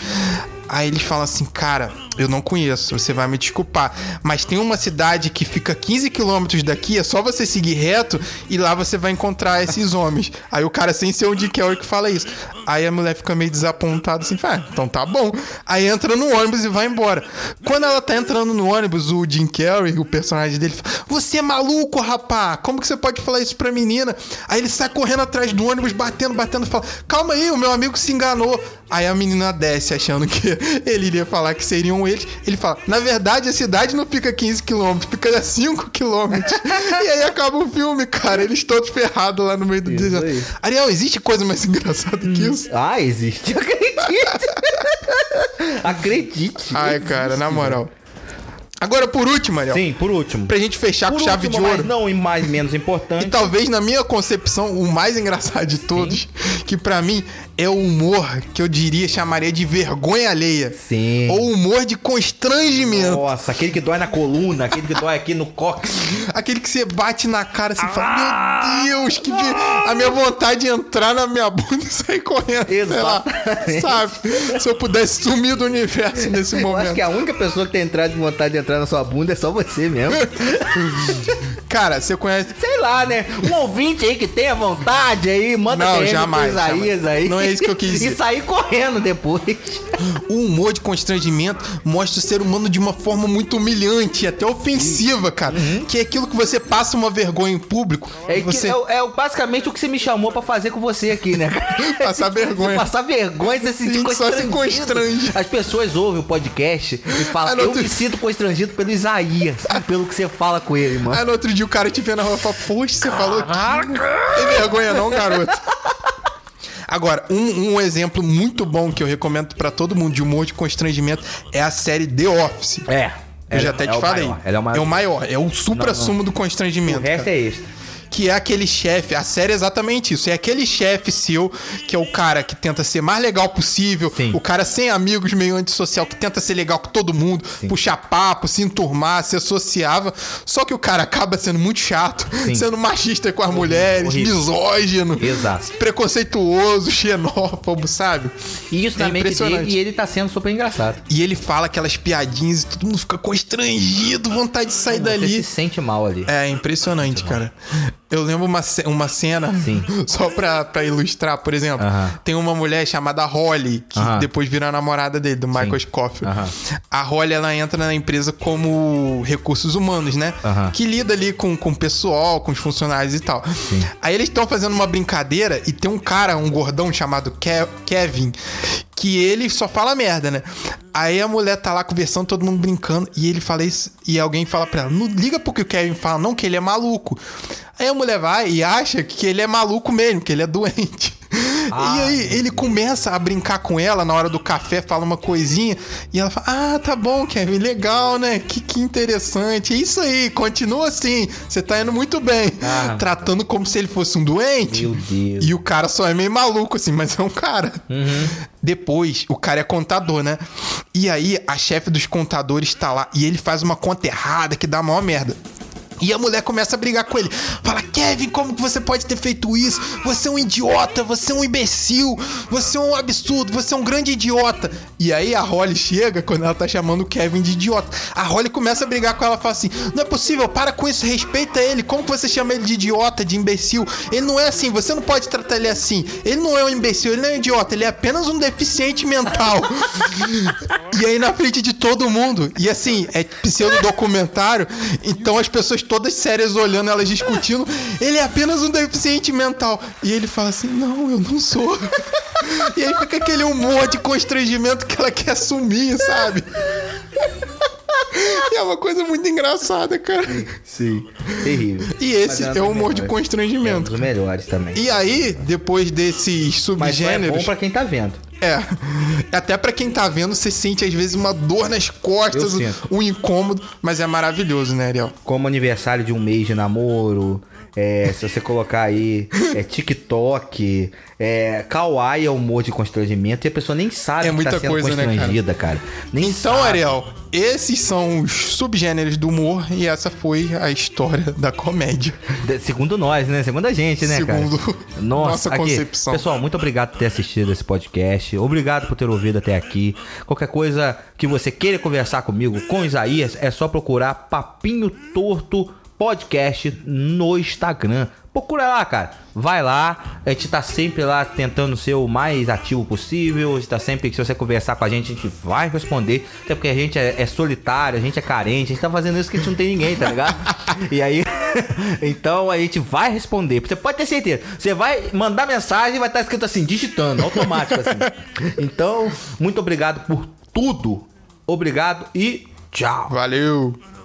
[SPEAKER 2] Aí eles falam assim, cara, eu não conheço, você vai me desculpar. Mas tem uma cidade que fica 15 quilômetros daqui, é só você seguir reto e lá você vai encontrar esses homens. (laughs) Aí o cara, sem ser um Dick Elric, fala isso. Aí a mulher fica meio desapontada, assim, fala, ah, então tá bom. Aí entra no ônibus e vai embora. Quando ela tá entrando no ônibus, o Jim Carrey, o personagem dele, fala, você é maluco, rapá, como que você pode falar isso pra menina? Aí ele sai correndo atrás do ônibus, batendo, batendo, fala, calma aí, o meu amigo se enganou. Aí a menina desce, achando que (laughs) ele iria falar que seriam eles. Ele fala, na verdade, a cidade não fica 15 quilômetros, fica 5 quilômetros. (laughs) e aí acaba o filme, cara, eles todos ferrados lá no meio do
[SPEAKER 1] Isso
[SPEAKER 2] deserto.
[SPEAKER 1] aí.
[SPEAKER 2] Ariel, existe coisa mais engraçada que isso?
[SPEAKER 1] Ah, existe. (laughs) Eu Acredite. Acredite.
[SPEAKER 2] Ai, cara, na moral. Agora, por último, Ariel,
[SPEAKER 1] Sim, por último.
[SPEAKER 2] pra gente fechar
[SPEAKER 1] por
[SPEAKER 2] com chave
[SPEAKER 1] último,
[SPEAKER 2] de
[SPEAKER 1] mas
[SPEAKER 2] ouro. Então,
[SPEAKER 1] não e mais menos
[SPEAKER 2] E
[SPEAKER 1] importante.
[SPEAKER 2] talvez, na minha concepção, o mais engraçado de todos, que pra mim é o humor que eu diria, chamaria de vergonha alheia.
[SPEAKER 1] Sim.
[SPEAKER 2] Ou humor de constrangimento.
[SPEAKER 1] Nossa, aquele que dói na coluna, aquele que dói aqui no cox.
[SPEAKER 2] Aquele que você bate na cara assim e
[SPEAKER 1] Ah!"
[SPEAKER 2] fala: Meu Deus, que. ver- A minha vontade de entrar na minha bunda e sair correndo. Sei
[SPEAKER 1] Exatamente.
[SPEAKER 2] lá, sabe? Se eu pudesse sumir do universo nesse
[SPEAKER 1] Eu
[SPEAKER 2] momento.
[SPEAKER 1] acho que a única pessoa que tem entrado de vontade de entrar na sua bunda é só você mesmo. é.
[SPEAKER 2] Cara, você conhece.
[SPEAKER 1] (laughs) Sei lá, né? Um ouvinte aí que tenha vontade aí, manda
[SPEAKER 2] Não,
[SPEAKER 1] pro
[SPEAKER 2] jamais,
[SPEAKER 1] Isaías
[SPEAKER 2] jamais.
[SPEAKER 1] aí.
[SPEAKER 2] Não é isso que
[SPEAKER 1] (laughs)
[SPEAKER 2] eu quis dizer.
[SPEAKER 1] E sair correndo depois.
[SPEAKER 2] O humor de constrangimento mostra o ser humano de uma forma muito humilhante e até ofensiva, cara. Que é aquilo que você passa uma vergonha em público.
[SPEAKER 1] Uhum. É, que-
[SPEAKER 2] você
[SPEAKER 1] é o- é o- basicamente o que você me chamou pra fazer com você aqui, né?
[SPEAKER 2] (laughs) passar
[SPEAKER 1] (laughs) Você
[SPEAKER 2] vergonha.
[SPEAKER 1] passar vergonha, você se sentir
[SPEAKER 2] é? gente só se
[SPEAKER 1] constrangido.
[SPEAKER 2] constrange.
[SPEAKER 1] As pessoas ouvem o podcast e
[SPEAKER 2] Ah,
[SPEAKER 1] falam,
[SPEAKER 2] não,
[SPEAKER 1] eu
[SPEAKER 2] tu-
[SPEAKER 1] me sinto constrangido pelo Isaías, pelo que você fala com ele, mano.
[SPEAKER 2] Aí no outro dia o cara te vê na rua e fala, poxa, você falou aquilo. Tem vergonha não, garoto. (laughs) Agora, um, um exemplo muito bom que eu recomendo pra todo mundo de humor de constrangimento é a série The Office.
[SPEAKER 1] É.
[SPEAKER 2] Eu
[SPEAKER 1] Ela-
[SPEAKER 2] já até
[SPEAKER 1] é
[SPEAKER 2] te
[SPEAKER 1] o
[SPEAKER 2] falei.
[SPEAKER 1] maior, Ela é o maior.
[SPEAKER 2] maior. É o supra-sumo do
[SPEAKER 1] O
[SPEAKER 2] constrangimento. cara.
[SPEAKER 1] resto é extra.
[SPEAKER 2] que é aquele chefe, a série é exatamente isso. É aquele chefe seu, que é o cara que tenta ser mais legal possível,
[SPEAKER 1] Sim.
[SPEAKER 2] o cara sem amigos, meio antissocial, que tenta ser legal com todo mundo, puxar papo, se enturmar, ser sociável. Só que o cara acaba sendo muito chato,
[SPEAKER 1] Sim.
[SPEAKER 2] sendo machista com as mulheres,
[SPEAKER 1] horrível.
[SPEAKER 2] misógino,
[SPEAKER 1] Exato.
[SPEAKER 2] preconceituoso, xenófobo, sabe?
[SPEAKER 1] E isso na
[SPEAKER 2] É
[SPEAKER 1] mente dele,
[SPEAKER 2] impressionante.
[SPEAKER 1] e ele tá sendo super engraçado.
[SPEAKER 2] E ele fala aquelas piadinhas e todo mundo fica constrangido, vontade de sair dali.
[SPEAKER 1] Você se sente mal ali.
[SPEAKER 2] É impressionante, cara. Eu lembro uma, ce- uma cena,
[SPEAKER 1] Sim.
[SPEAKER 2] (laughs) só pra, pra ilustrar, por exemplo.
[SPEAKER 1] Aham.
[SPEAKER 2] Tem uma mulher chamada Holly, que
[SPEAKER 1] Aham.
[SPEAKER 2] depois vira a namorada dele, do Michael Scofield.
[SPEAKER 1] Aham.
[SPEAKER 2] A Holly, ela entra na empresa como recursos humanos, né?
[SPEAKER 1] Aham.
[SPEAKER 2] Que lida ali com, com o pessoal, com os funcionários e tal. Aí eles estão fazendo uma brincadeira e tem um cara, um gordão chamado Ke- Kevin, que ele só fala merda, né? Aí a mulher tá lá conversando, todo mundo brincando, e ele fala isso, e alguém fala pra ela, não liga porque o Kevin fala, não, que ele é maluco. Aí a mulher vai e acha que ele é maluco mesmo, que ele é doente.
[SPEAKER 1] Ah,
[SPEAKER 2] (laughs) e aí ele começa a brincar com ela na hora do café, fala uma coisinha, e ela fala: Ah, tá bom, Kevin, legal, né? Que, que interessante. É isso aí, continua assim. Você tá indo muito bem.
[SPEAKER 1] Ah.
[SPEAKER 2] Tratando como se ele fosse um doente.
[SPEAKER 1] Meu Deus.
[SPEAKER 2] E o cara só é meio maluco, assim, mas é um cara. Depois, o cara é contador, né? E aí, a chefe dos contadores tá lá e ele faz uma conta errada que dá a maior merda. E a mulher começa a brigar com ele. Fala, Kevin, como que você pode ter feito isso? Você é um idiota, você é um imbecil, você é um absurdo, você é um grande idiota. E aí a Holly chega quando ela tá chamando o Kevin de idiota. A Holly começa a brigar com ela fala assim: Não é possível, para com isso, respeita ele. Como que você chama ele de idiota, de imbecil? Ele não é assim, você não pode tratar ele assim. Ele não é um imbecil, ele não é um idiota, ele é apenas um deficiente mental. E aí na frente de todo mundo. E assim, é pseudo-documentário. Então as pessoas todas sérias olhando, elas discutindo. Ele é apenas um deficiente mental. E ele fala assim: Não, eu não sou. E aí fica aquele humor de constrangimento que ela quer sumir, sabe? E é uma coisa muito engraçada, cara.
[SPEAKER 1] Sim. Terrível.
[SPEAKER 2] E esse
[SPEAKER 1] Mas
[SPEAKER 2] é o humor de
[SPEAKER 1] melhores. É um
[SPEAKER 2] constrangimento.
[SPEAKER 1] dos melhores também.
[SPEAKER 2] E aí, depois desses
[SPEAKER 1] Mas só é bom
[SPEAKER 2] subgêneros.
[SPEAKER 1] pra quem tá vendo.
[SPEAKER 2] É. Até pra quem tá vendo, você sente às vezes uma dor nas costas,
[SPEAKER 1] Eu sinto.
[SPEAKER 2] um incômodo, mas é maravilhoso, né, Ariel?
[SPEAKER 1] Como aniversário de um mês de namoro. é, se você colocar aí é, TikTok, é, Kawaii é humor de constrangimento e a pessoa nem sabe
[SPEAKER 2] É
[SPEAKER 1] que
[SPEAKER 2] muita
[SPEAKER 1] tá sendo
[SPEAKER 2] coisa, né, cara?
[SPEAKER 1] constrangida, cara? Nem
[SPEAKER 2] Então,
[SPEAKER 1] sabe.
[SPEAKER 2] Ariel, esses são os subgêneros do humor e essa foi a história da comédia.
[SPEAKER 1] De- Segundo nós, né? Segundo a gente, né,
[SPEAKER 2] Segundo
[SPEAKER 1] cara?
[SPEAKER 2] nossa
[SPEAKER 1] aqui,
[SPEAKER 2] concepção.
[SPEAKER 1] Pessoal, muito obrigado por ter assistido esse podcast. Obrigado por ter ouvido até aqui. Qualquer coisa que você queira conversar comigo, com Isaías, é só procurar Papinho Torto Podcast no Instagram. Procura lá, cara. Vai lá. A gente tá sempre lá tentando ser o mais ativo possível. A gente tá sempre que se você conversar com a gente, a gente vai responder. Até porque a gente é, é solitário, a gente é carente. A gente tá fazendo isso que a gente não tem ninguém, tá ligado? e aí, (laughs) então a gente vai responder. Você pode ter certeza. Você vai mandar mensagem e vai estar escrito assim, digitando, automático assim. Então, muito obrigado por tudo. Obrigado e tchau.
[SPEAKER 2] Valeu!